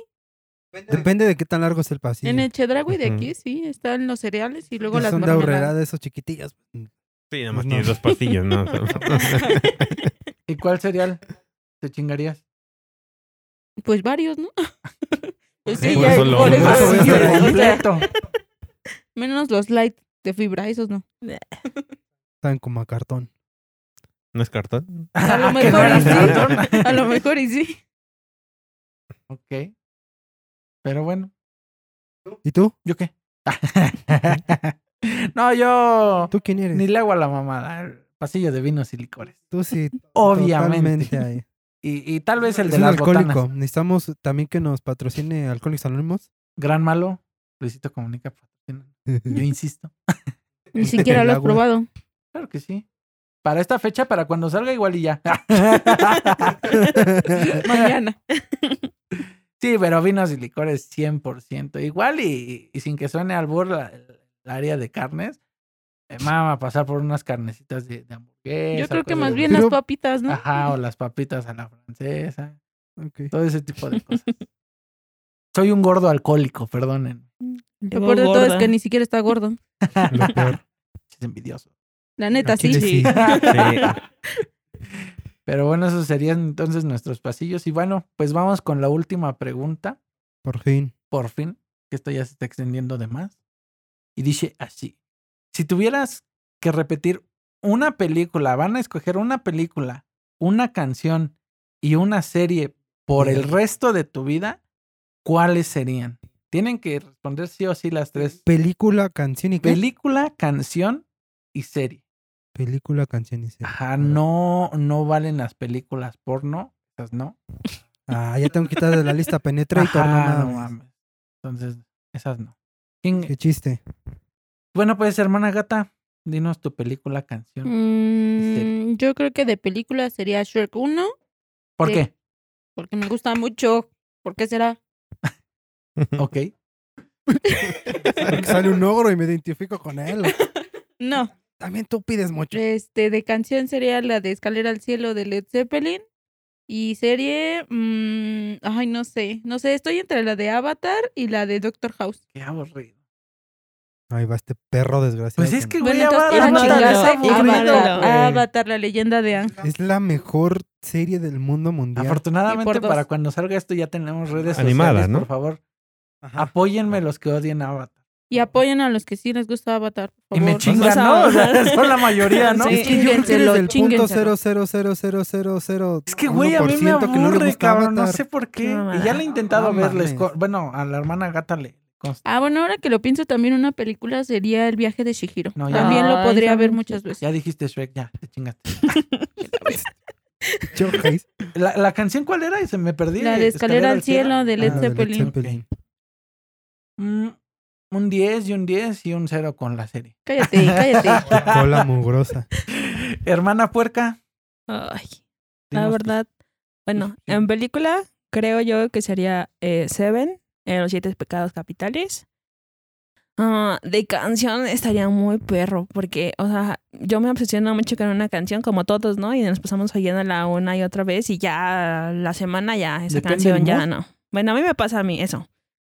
Speaker 7: Depende de qué tan largo es el pasillo.
Speaker 5: En el Chedragui de
Speaker 6: Ujú.
Speaker 5: aquí sí. Están los cereales y luego
Speaker 7: Si
Speaker 5: las
Speaker 7: son de ahorrera
Speaker 5: mermeladas.
Speaker 7: de esos chiquitillos.
Speaker 6: Sí,
Speaker 1: pues
Speaker 6: nada más
Speaker 7: No.
Speaker 6: tienes dos pasillos, ¿no? O sea,
Speaker 1: ¿Y cuál cereal te chingarías?
Speaker 5: Pues varios, ¿no? pues sí,
Speaker 6: Por
Speaker 5: ya.
Speaker 6: eso lo-
Speaker 5: por eso
Speaker 1: Por eso
Speaker 5: sí,
Speaker 1: voy a
Speaker 5: o
Speaker 1: estar
Speaker 5: sea,
Speaker 1: completo.
Speaker 5: menos los light de fibra, esos no.
Speaker 7: Están como a cartón.
Speaker 6: ¿No es cartón?
Speaker 5: A lo
Speaker 1: Ah, que no
Speaker 5: mejor y
Speaker 1: eran
Speaker 5: sí.
Speaker 1: cartón.
Speaker 5: A lo mejor y sí.
Speaker 1: Ok. Pero bueno,
Speaker 7: ¿Y tú?
Speaker 1: ¿yo qué? no, yo
Speaker 7: ¿Tú quién eres?
Speaker 1: ni le hago a la mamada. El Pasillo de vinos y licores.
Speaker 7: Tú sí. totalmente
Speaker 1: Obviamente.
Speaker 7: ahí.
Speaker 1: Y, y tal vez el
Speaker 7: Es
Speaker 1: de
Speaker 7: un
Speaker 1: las
Speaker 7: alcohólico.
Speaker 1: botanas.
Speaker 7: Necesitamos también que nos patrocine Alcohólicos Anónimos.
Speaker 1: Gran malo. Luisito comunica. patrocina. Yo insisto.
Speaker 5: Ni siquiera
Speaker 7: El
Speaker 5: lo has
Speaker 7: agua.
Speaker 5: probado.
Speaker 1: Claro que sí. Para esta fecha, para cuando salga igual y ya.
Speaker 5: Mañana.
Speaker 1: Sí, pero vinos y licores 100%. Igual y, y sin que suene al burla el el área de carnes, eh, mama pasar por unas carnecitas de, de hamburguesa.
Speaker 5: Yo creo que
Speaker 1: cosas
Speaker 5: más
Speaker 1: así.
Speaker 5: bien las
Speaker 7: Pero-
Speaker 5: papitas, ¿no?
Speaker 1: Ajá, o las papitas a la francesa,
Speaker 7: Ok.
Speaker 1: todo ese tipo de cosas. Soy un gordo alcohólico, perdonen.
Speaker 5: Lo peor de todo es que ni siquiera está gordo.
Speaker 6: Lo peor.
Speaker 1: Es envidioso.
Speaker 5: La neta,
Speaker 7: Al
Speaker 5: sí.
Speaker 7: chile sí.
Speaker 6: Sí.
Speaker 1: Pero bueno, esos serían entonces nuestros pasillos. Y bueno, pues vamos con la última pregunta.
Speaker 7: Por fin.
Speaker 1: por fin, que esto ya se está extendiendo de más. Y dice así, si tuvieras que repetir una película, van a escoger una película, una canción y una serie por el resto de tu vida, ¿cuáles serían? Tienen que responder sí o sí las tres.
Speaker 7: Película, canción y qué?
Speaker 1: Película, canción y serie.
Speaker 7: Película, canción y serie.
Speaker 1: Ajá, no, no valen las películas porno, esas no.
Speaker 7: Ah, ya tengo que quitar de la lista Penetrator.
Speaker 1: Ajá, no
Speaker 7: no mames.
Speaker 1: mames. Entonces, esas no. ¿Quién-
Speaker 7: Qué chiste.
Speaker 1: Bueno, pues hermana gata, Dinos tu película, canción.
Speaker 5: Mm, yo creo que de película sería Shrek 1,
Speaker 1: ¿Por
Speaker 5: sí.
Speaker 1: qué?
Speaker 5: porque me gusta mucho. ¿Por qué será?
Speaker 1: Ok.
Speaker 7: Porque sale un ogro y me identifico con él.
Speaker 5: No,
Speaker 7: También tú pides mucho.
Speaker 5: este, de canción sería la de Escalera al Cielo de Led Zeppelin. Y serie, mm, ay, no sé, no sé, estoy entre la de Avatar y la de Doctor House.
Speaker 1: Qué aburrido.
Speaker 7: Ahí va este perro desgraciado.
Speaker 1: Pues es que, güey,
Speaker 5: Bueno, entonces iba a
Speaker 3: Avatar,
Speaker 5: chingarse
Speaker 3: está aburrido,
Speaker 5: Avatar,
Speaker 3: güey.
Speaker 5: Avatar, la leyenda de Aang.
Speaker 7: Es la mejor serie del mundo mundial.
Speaker 5: Y
Speaker 1: Afortunadamente,
Speaker 5: por dos.
Speaker 1: para cuando salga esto ya tenemos redes
Speaker 6: Animada,
Speaker 1: sociales,
Speaker 6: ¿no?
Speaker 1: por favor.
Speaker 7: Ajá.
Speaker 1: Apóyenme los que odian a Avatar.
Speaker 5: Y apoyen a los que sí les gusta Avatar, por
Speaker 1: Y me
Speaker 5: favor.
Speaker 1: chingan,
Speaker 5: O sea,
Speaker 1: ¿no? O sea, son la mayoría, ¿no?
Speaker 5: Sí.
Speaker 1: Es que-
Speaker 7: Yo creo que eres
Speaker 5: Chíngenselo,
Speaker 7: del punto
Speaker 5: chíngenselo.
Speaker 7: 0000000.
Speaker 1: Es que, güey, a mí me
Speaker 7: 1%
Speaker 1: aburre,
Speaker 7: que no le gusta
Speaker 1: cabrón. No
Speaker 7: Avatar.
Speaker 1: sé por qué.
Speaker 3: No,
Speaker 1: Y ya le he intentado
Speaker 7: no
Speaker 1: ver. les
Speaker 7: mames.
Speaker 1: co- Bueno, a la hermana gata le consta.
Speaker 5: Ah, bueno, ahora que lo pienso, también una película sería El viaje de Shihiro.
Speaker 1: No, ya.
Speaker 5: también lo
Speaker 3: Ay,
Speaker 5: podría ver
Speaker 3: también.
Speaker 5: muchas veces.
Speaker 1: Ya dijiste Shrek, ya, te chingaste.
Speaker 7: Yo, hey,
Speaker 1: ¿La, la canción cuál era? Y se me perdí.
Speaker 5: La de Escalera al Cielo de Led
Speaker 1: Ah,
Speaker 5: Zeppelin.
Speaker 7: Zeppelin.
Speaker 1: Mm, un 10 y un 10 y un 0 con la serie.
Speaker 5: Cállate, cállate.
Speaker 7: Tu cola mugrosa.
Speaker 1: Hermana puerca.
Speaker 3: Ay, la
Speaker 1: dinos tus-
Speaker 3: verdad. Bueno,
Speaker 1: tus-
Speaker 3: en película creo yo que sería eh, Seven, en los siete pecados capitales. Ah, de canción estaría muy perro, porque, o sea, yo me obsesiono mucho con una canción, como todos, ¿no? Y nos pasamos oyéndola una y otra vez y ya la semana ya, esa
Speaker 1: Depende
Speaker 3: canción
Speaker 1: del
Speaker 3: ya
Speaker 1: mood.
Speaker 3: no. Bueno, a mí me pasa a mí eso,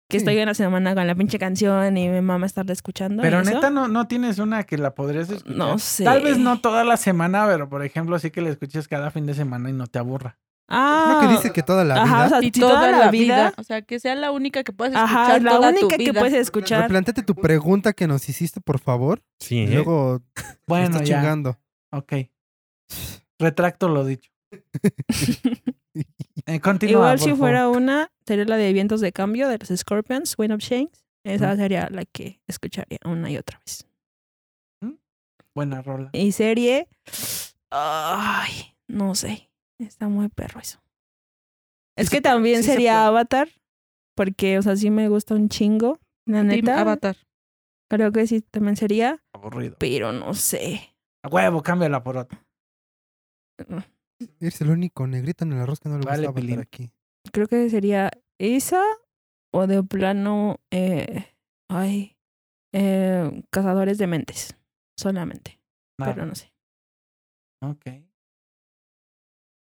Speaker 3: que
Speaker 1: Sí.
Speaker 3: estoy en la semana con la pinche canción y mi mamá estarla escuchando. y
Speaker 1: Pero
Speaker 3: eso.
Speaker 1: neta, no, no tienes una que la podrías escuchar.
Speaker 3: No sé.
Speaker 1: Tal vez no toda la semana, pero por ejemplo, sí que la escuches cada fin de semana y no te aburra.
Speaker 3: Ah,
Speaker 7: No que dice que toda la
Speaker 3: Ajá, o
Speaker 7: vida.
Speaker 3: sea,
Speaker 5: Y
Speaker 3: si toda, la vida.
Speaker 5: O sea, que sea la única que puedas escuchar
Speaker 3: Ajá, la
Speaker 5: toda tu
Speaker 3: única que
Speaker 5: vida.
Speaker 3: puedes escuchar.
Speaker 7: Replantate tu pregunta que nos hiciste, por favor.
Speaker 6: Sí,
Speaker 7: Y
Speaker 6: ¿eh?
Speaker 7: luego te
Speaker 1: Bueno,
Speaker 7: estás
Speaker 1: ya.
Speaker 7: chingando.
Speaker 1: Ok. Retracto lo dicho. Eh, continúa,
Speaker 3: Igual
Speaker 1: por
Speaker 3: si
Speaker 1: favor.
Speaker 3: fuera una, sería la de Vientos de Cambio de los Scorpions, Wind of Change. Esa sería la que escucharía una y otra vez.
Speaker 1: Buena rola.
Speaker 3: Y serie, ay, no sé, está muy perro eso. Es que también
Speaker 5: sí se
Speaker 3: sería
Speaker 5: puede.
Speaker 3: Avatar, porque, o sea, sí me gusta un chingo, la
Speaker 5: Team
Speaker 3: neta.
Speaker 5: Avatar.
Speaker 3: Creo que sí también sería,
Speaker 1: Aburrido.
Speaker 3: pero no sé.
Speaker 1: A huevo, cámbiala por otra.
Speaker 7: Eres el único negrito en el arroz que no le gusta
Speaker 1: Vale,
Speaker 7: Avatar
Speaker 1: Pelín.
Speaker 7: aquí.
Speaker 3: Creo que sería esa o de plano, eh, ay, eh, Cazadores de Mentes, solamente,
Speaker 1: Nada.
Speaker 3: pero no sé.
Speaker 1: Ok.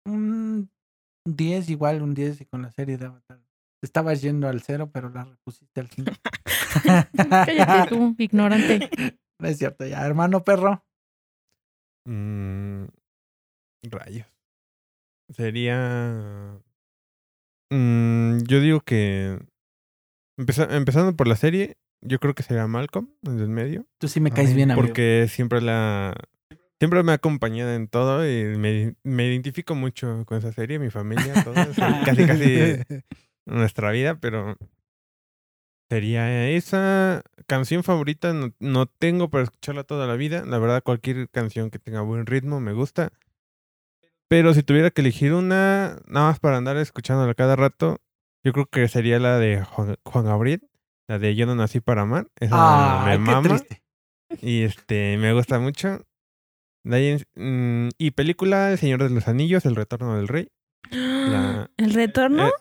Speaker 1: Un 10 igual, un 10 y con la serie de Avatar. Te estabas yendo al cero, pero la repusiste al 5.
Speaker 5: Cállate tú, ignorante.
Speaker 1: No es cierto, ya, hermano perro.
Speaker 6: Mm, rayos. Sería. Mm, yo digo que. empeza- empezando por la serie, yo creo que sería Malcolm, en el medio.
Speaker 1: Tú sí me
Speaker 7: A
Speaker 1: caes
Speaker 7: ver,
Speaker 1: bien, amigo.
Speaker 6: Porque siempre la. Siempre me ha acompañado en todo y me, me identifico mucho con esa serie, mi familia, todo. o sea, casi, casi nuestra vida, pero sería esa canción favorita. No, no tengo para escucharla toda la vida. La verdad, cualquier canción que tenga buen ritmo me gusta. Pero si tuviera que elegir una, nada más para andar escuchándola cada rato, yo creo que sería la de Juan, Juan Gabriel, la de Yo no nací para amar. Esa
Speaker 1: Ah,
Speaker 6: me
Speaker 1: qué
Speaker 6: mama
Speaker 1: triste.
Speaker 6: y este me gusta mucho. De ahí en- mm, y película El Señor de los Anillos, El Retorno del Rey. La-
Speaker 3: ¿El retorno?
Speaker 6: eh,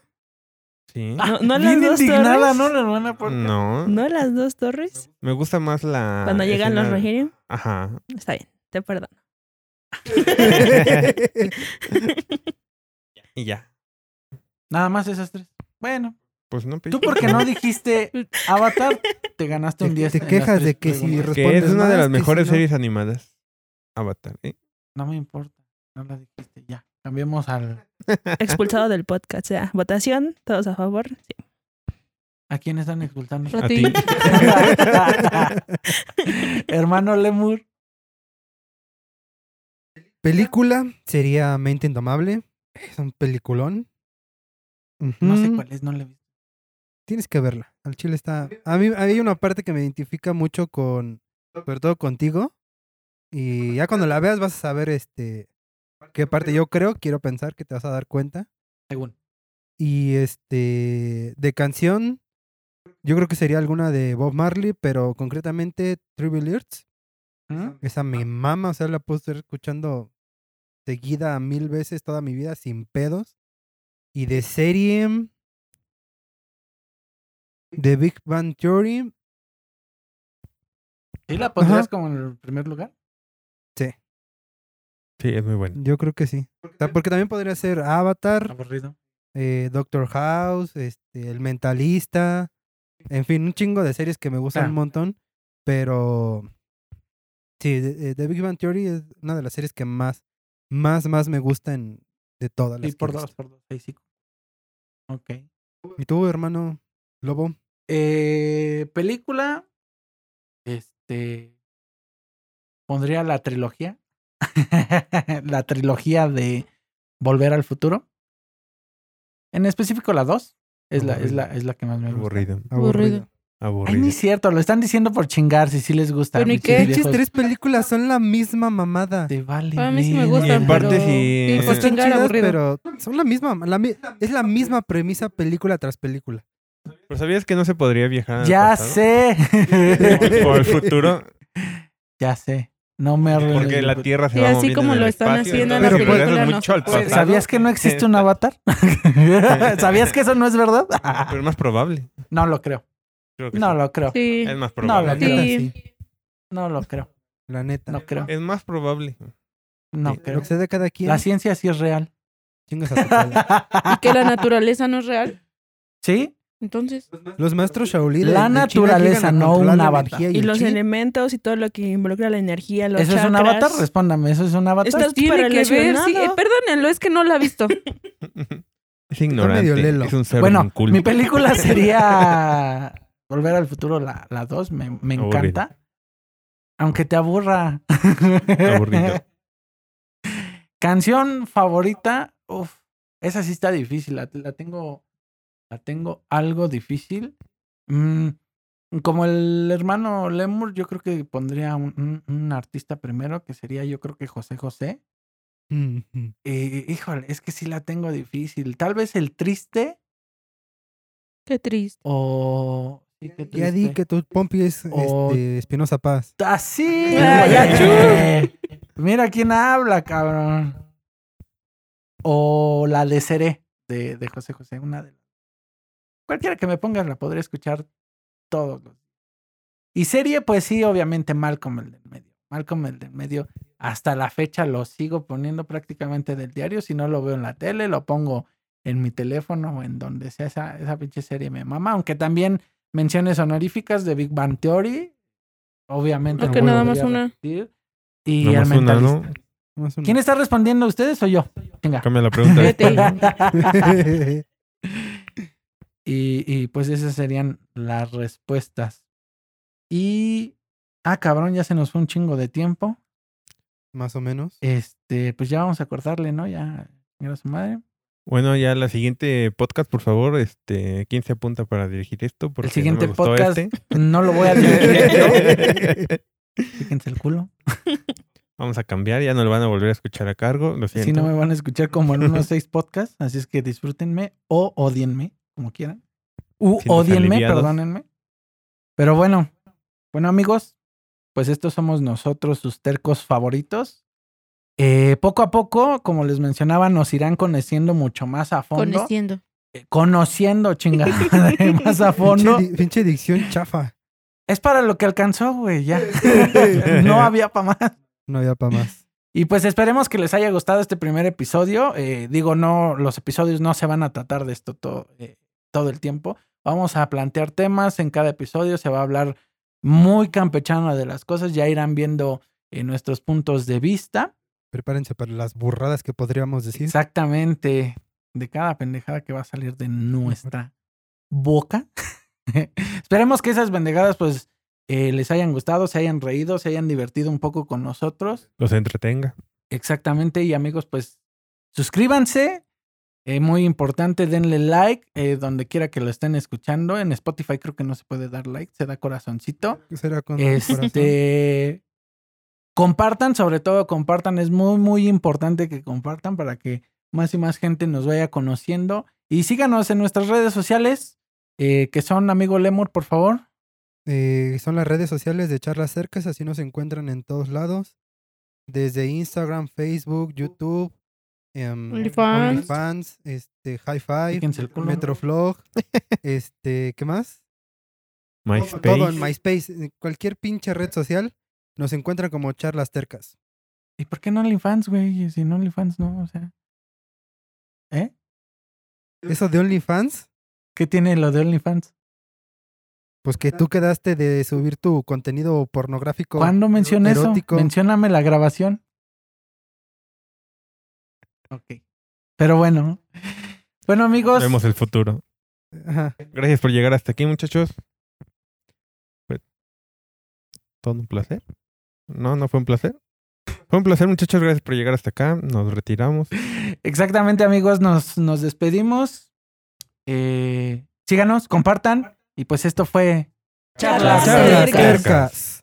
Speaker 6: sí.
Speaker 3: ¿No,
Speaker 5: Ah,
Speaker 3: no las
Speaker 1: Bien
Speaker 3: dos
Speaker 1: indignada,
Speaker 3: torres?
Speaker 1: ¿no, la hermana puerca?
Speaker 6: No.
Speaker 3: ¿No las dos torres?
Speaker 6: Me gusta más la.
Speaker 3: Cuando llegan los
Speaker 6: escena-
Speaker 3: Rogelio.
Speaker 6: Ajá.
Speaker 3: Está bien, te perdono.
Speaker 6: y ya.
Speaker 1: Nada más esas tres. Bueno,
Speaker 6: Pues no pedí.
Speaker 1: tú porque no dijiste Avatar, te ganaste
Speaker 7: Te-
Speaker 1: un 10.
Speaker 7: te
Speaker 1: en las
Speaker 7: quejas
Speaker 1: tres
Speaker 7: de que si
Speaker 1: preguntas.
Speaker 7: res-
Speaker 6: Que es
Speaker 7: respondes
Speaker 6: una
Speaker 7: más,
Speaker 6: de las
Speaker 7: que si
Speaker 6: mejores
Speaker 7: no.
Speaker 6: series animadas. Avatar, ¿eh?
Speaker 1: No me importa, no la dijiste, ya. Cambiemos al...
Speaker 3: Expulsado del podcast. O sea, votación, todos a favor. Sí.
Speaker 1: ¿A quién están expulsando?
Speaker 5: A
Speaker 6: A
Speaker 5: ti.
Speaker 6: ti.
Speaker 1: Hermano Lemur.
Speaker 7: Película sería Mente Indomable. Es un peliculón.
Speaker 1: No sé
Speaker 7: Ujú.
Speaker 1: cuál es, no le vi.
Speaker 7: Tienes que verla. Al chile está. A mí hay una parte que me identifica mucho con. Sobre todo contigo. Y ya cuando la veas vas a saber este. Qué parte yo creo. Quiero pensar que te vas a dar cuenta.
Speaker 1: Según.
Speaker 7: Y este. De canción. Yo creo que sería alguna de Bob Marley, pero concretamente Tribal Earths.
Speaker 1: Ujú.
Speaker 7: Esa me mama, o sea, la puedo estar escuchando seguida mil veces toda mi vida sin pedos. Y de serie de Big Bang Theory,
Speaker 1: ¿Y la pondrías
Speaker 7: Ajá.
Speaker 1: como en el primer lugar?
Speaker 6: Sí, es muy bueno.
Speaker 7: yo creo que sí. O sea, porque también podría ser Avatar,
Speaker 1: Aburrido.
Speaker 7: eh, Doctor House, este, El Mentalista, en fin, un chingo de series que me gustan
Speaker 1: Ah.
Speaker 7: un montón, pero sí, de, de Big Bang Theory es una de las series que más, más, más me gustan de todas las
Speaker 1: Sí,
Speaker 7: que
Speaker 1: por
Speaker 7: he
Speaker 1: dos,
Speaker 7: visto.
Speaker 1: por dos. Ahí sí. Ok.
Speaker 7: ¿Y tú, hermano Lobo?
Speaker 1: Eh, película. Este. Pondría la trilogía. la trilogía de Volver al Futuro. En específico la 2. Es la, es, la, es la que más me gusta.
Speaker 6: Aburrido.
Speaker 5: Aburrido.
Speaker 1: Ay, ni
Speaker 6: Aburrido.
Speaker 1: es cierto, lo están diciendo por chingar si sí les gusta.
Speaker 5: Pero, ¿y
Speaker 1: pinches
Speaker 5: qué?
Speaker 7: Pinches
Speaker 1: viejos.
Speaker 7: tres películas son la misma mamada. Pues
Speaker 1: Te vale.
Speaker 5: A mí sí me
Speaker 1: verga.
Speaker 5: gustan,
Speaker 6: en parte
Speaker 5: pero...
Speaker 6: sí,
Speaker 5: sí,
Speaker 6: eh,
Speaker 5: por
Speaker 6: Están
Speaker 5: chingar,
Speaker 7: chidas,
Speaker 5: aburrido.
Speaker 7: pero son la misma, la mi- es la misma premisa película tras película.
Speaker 6: Pero ¿sabías que no se podría viajar? al
Speaker 1: Ya
Speaker 6: pasado?
Speaker 1: sé.
Speaker 6: O al futuro.
Speaker 1: ya sé. No me arruines.
Speaker 6: Porque la Tierra se
Speaker 5: Sí,
Speaker 6: va
Speaker 5: así
Speaker 6: moviendo
Speaker 5: como
Speaker 6: en el
Speaker 5: lo están
Speaker 6: espacio,
Speaker 5: haciendo
Speaker 7: en la
Speaker 6: entonces, si
Speaker 7: película,
Speaker 6: regresas
Speaker 5: no.
Speaker 6: mucho al
Speaker 5: Pues,
Speaker 6: pasado,
Speaker 1: ¿Sabías que no existe un
Speaker 6: está-
Speaker 1: avatar? ¿Sabías que eso no es verdad?
Speaker 6: Ah, Pero es más probable.
Speaker 1: no lo creo.
Speaker 6: Creo que
Speaker 1: No
Speaker 6: sí.
Speaker 1: lo creo.
Speaker 5: Sí.
Speaker 6: Es más
Speaker 1: No lo
Speaker 6: probable.
Speaker 1: creo.
Speaker 5: Sí.
Speaker 1: No lo creo.
Speaker 7: La neta.
Speaker 1: No creo.
Speaker 6: Es más probable.
Speaker 1: No
Speaker 6: Sí.
Speaker 7: Este, Lo
Speaker 1: creo.
Speaker 7: que se de cada quien.
Speaker 1: La ciencia sí es real.
Speaker 7: chingas a tu cola.
Speaker 5: Y que la naturaleza no es real.
Speaker 1: ¿Sí?
Speaker 5: Entonces,
Speaker 7: Los maestros Shaolin. de-
Speaker 1: La
Speaker 7: de China
Speaker 1: naturaleza,
Speaker 7: llegan a
Speaker 1: no
Speaker 7: controlar
Speaker 1: un
Speaker 7: la
Speaker 1: avatar.
Speaker 7: energía
Speaker 3: Y,
Speaker 7: el
Speaker 3: los
Speaker 7: chi.
Speaker 3: elementos y todo lo que involucra la energía, los
Speaker 1: ¿Eso es un
Speaker 3: chakras.
Speaker 1: avatar? Respóndame, ¿eso es un avatar?
Speaker 3: Está
Speaker 5: pues tiene que ver. Sí, eh,
Speaker 3: superrelacionado.
Speaker 5: perdónenlo, es que no la ha visto.
Speaker 6: Es ignorante.
Speaker 7: medio lelo.
Speaker 6: Es un ser
Speaker 1: Bueno,
Speaker 6: inculto.
Speaker 1: mi película sería Volver al Futuro, la 2, me, me
Speaker 6: Aburrido.
Speaker 1: encanta. Aunque te aburra.
Speaker 6: Aburrido.
Speaker 1: Canción favorita, uf, esa sí está difícil, la, la tengo, la tengo algo difícil. Mm, como el hermano Lemur, yo creo que pondría un, un- un artista primero, que sería yo creo que José José.
Speaker 7: Mm, mm.
Speaker 1: Eh, híjole, es que sí la tengo difícil. Tal vez el triste
Speaker 5: Qué triste.
Speaker 1: o... Oh, sí, qué
Speaker 7: Ya di
Speaker 1: triste.
Speaker 7: que tu Pompi es
Speaker 1: O-
Speaker 7: este, Espinosa Paz.
Speaker 1: Así.
Speaker 5: Ah, ya,
Speaker 1: Mira quién habla, cabrón. O la de Seré, de, de José José, una de Cualquiera que me pongas la podré escuchar todos los Y serie, pues sí, obviamente Malcolm el del medio. Malcolm el del medio, hasta la fecha lo sigo poniendo prácticamente del diario. Si no lo veo en la tele, lo pongo en mi teléfono o en donde sea esa, esa pinche serie me mama. Aunque también menciones honoríficas de Big Bang Theory. Obviamente. no
Speaker 5: Creo Ah, que nada
Speaker 1: podría
Speaker 5: más una.
Speaker 1: repetir. Y
Speaker 6: Nada
Speaker 1: el
Speaker 6: más una,
Speaker 1: mentalista.
Speaker 6: ¿no?
Speaker 7: Nomás una.
Speaker 1: ¿Quién está respondiendo? ¿Ustedes o yo? Venga.
Speaker 6: Cambia la pregunta.
Speaker 5: Vete.
Speaker 1: y, y, pues esas serían las respuestas. Y. Ah, cabrón, ya se nos fue un chingo de tiempo.
Speaker 7: Más o menos.
Speaker 1: Este, pues ya vamos a cortarle, ¿no? Ya. Mira su madre.
Speaker 6: Bueno, ya la siguiente podcast, por favor, este, ¿quién se apunta para dirigir esto? Porque
Speaker 1: El
Speaker 6: no
Speaker 1: siguiente
Speaker 6: me gustó
Speaker 1: podcast
Speaker 6: este.
Speaker 1: no lo voy a dirigir. Fíjense el culo.
Speaker 6: Vamos a cambiar, ya no lo van a volver a escuchar a cargo, lo siento.
Speaker 1: Si no me van a escuchar como en unos seis podcasts, así es que disfrútenme o odienme, como quieran. U
Speaker 6: Siéntanse
Speaker 1: odienme,
Speaker 6: aliviados.
Speaker 1: perdónenme. Pero bueno, bueno amigos, pues estos somos nosotros, sus tercos favoritos. Eh, poco a poco, como les mencionaba, nos irán conociendo mucho más a fondo.
Speaker 5: Conociendo.
Speaker 1: Eh, conociendo, chingada, de más a fondo.
Speaker 7: Pinche, di- pinche dicción chafa.
Speaker 1: Es para lo que alcanzó, güey, ya. no había para más.
Speaker 7: No había para más.
Speaker 1: Y pues esperemos que les haya gustado este primer episodio. Eh, digo, no, los episodios no se van a tratar de esto todo, eh, todo el tiempo. Vamos a plantear temas en cada episodio. Se va a hablar muy campechano de las cosas. Ya irán viendo eh, nuestros puntos de vista.
Speaker 7: Prepárense para las burradas que podríamos decir.
Speaker 1: Exactamente. De cada pendejada que va a salir de nuestra boca. Esperemos que esas pendejadas, pues, eh, les hayan gustado, se hayan reído, se hayan divertido un poco con nosotros.
Speaker 6: Los entretenga.
Speaker 1: Exactamente, y amigos, pues suscríbanse. eh, muy importante, denle like eh, donde quiera que lo estén escuchando. En Spotify creo que no se puede dar like, se da corazoncito.
Speaker 7: Será con corazón.
Speaker 1: Este. Compartan, sobre todo compartan. Es muy, muy importante que compartan para que más y más gente nos vaya conociendo. Y síganos en nuestras redes sociales, eh, que son Amigo Lemur, por favor.
Speaker 7: eh, son las redes sociales de Charlas Cercas, así nos encuentran en todos lados, desde Instagram, Facebook, YouTube, em,
Speaker 5: OnlyFans.
Speaker 7: OnlyFans, este, High Five,
Speaker 1: Fíjense el culo.
Speaker 7: Metroflog, este, ¿qué más?
Speaker 6: MySpace.
Speaker 7: Todo en MySpace, en cualquier pinche red social nos encuentran como Charlas Tercas.
Speaker 1: ¿Y por qué no OnlyFans, güey? Si no OnlyFans, no, o sea. ¿Eh?
Speaker 7: Eso de OnlyFans,
Speaker 1: ¿Qué tiene lo de OnlyFans?
Speaker 7: pues que tú quedaste de subir tu contenido pornográfico.
Speaker 1: ¿Cuándo mencioné eso?
Speaker 7: erótico.
Speaker 1: Mencióname la grabación. Ok. Pero bueno. Bueno, amigos.
Speaker 6: Vemos el futuro.
Speaker 7: Ajá.
Speaker 6: Gracias por llegar hasta aquí, muchachos. Fue todo un placer. No, no fue un placer. Fue un placer, muchachos. Gracias por llegar hasta acá. Nos retiramos.
Speaker 1: Exactamente, amigos, nos, nos despedimos. Eh, síganos, compartan. Y pues esto fue
Speaker 5: Charlas
Speaker 1: Charlas
Speaker 5: Cercas.
Speaker 1: Cercas.
Speaker 7: Tercas.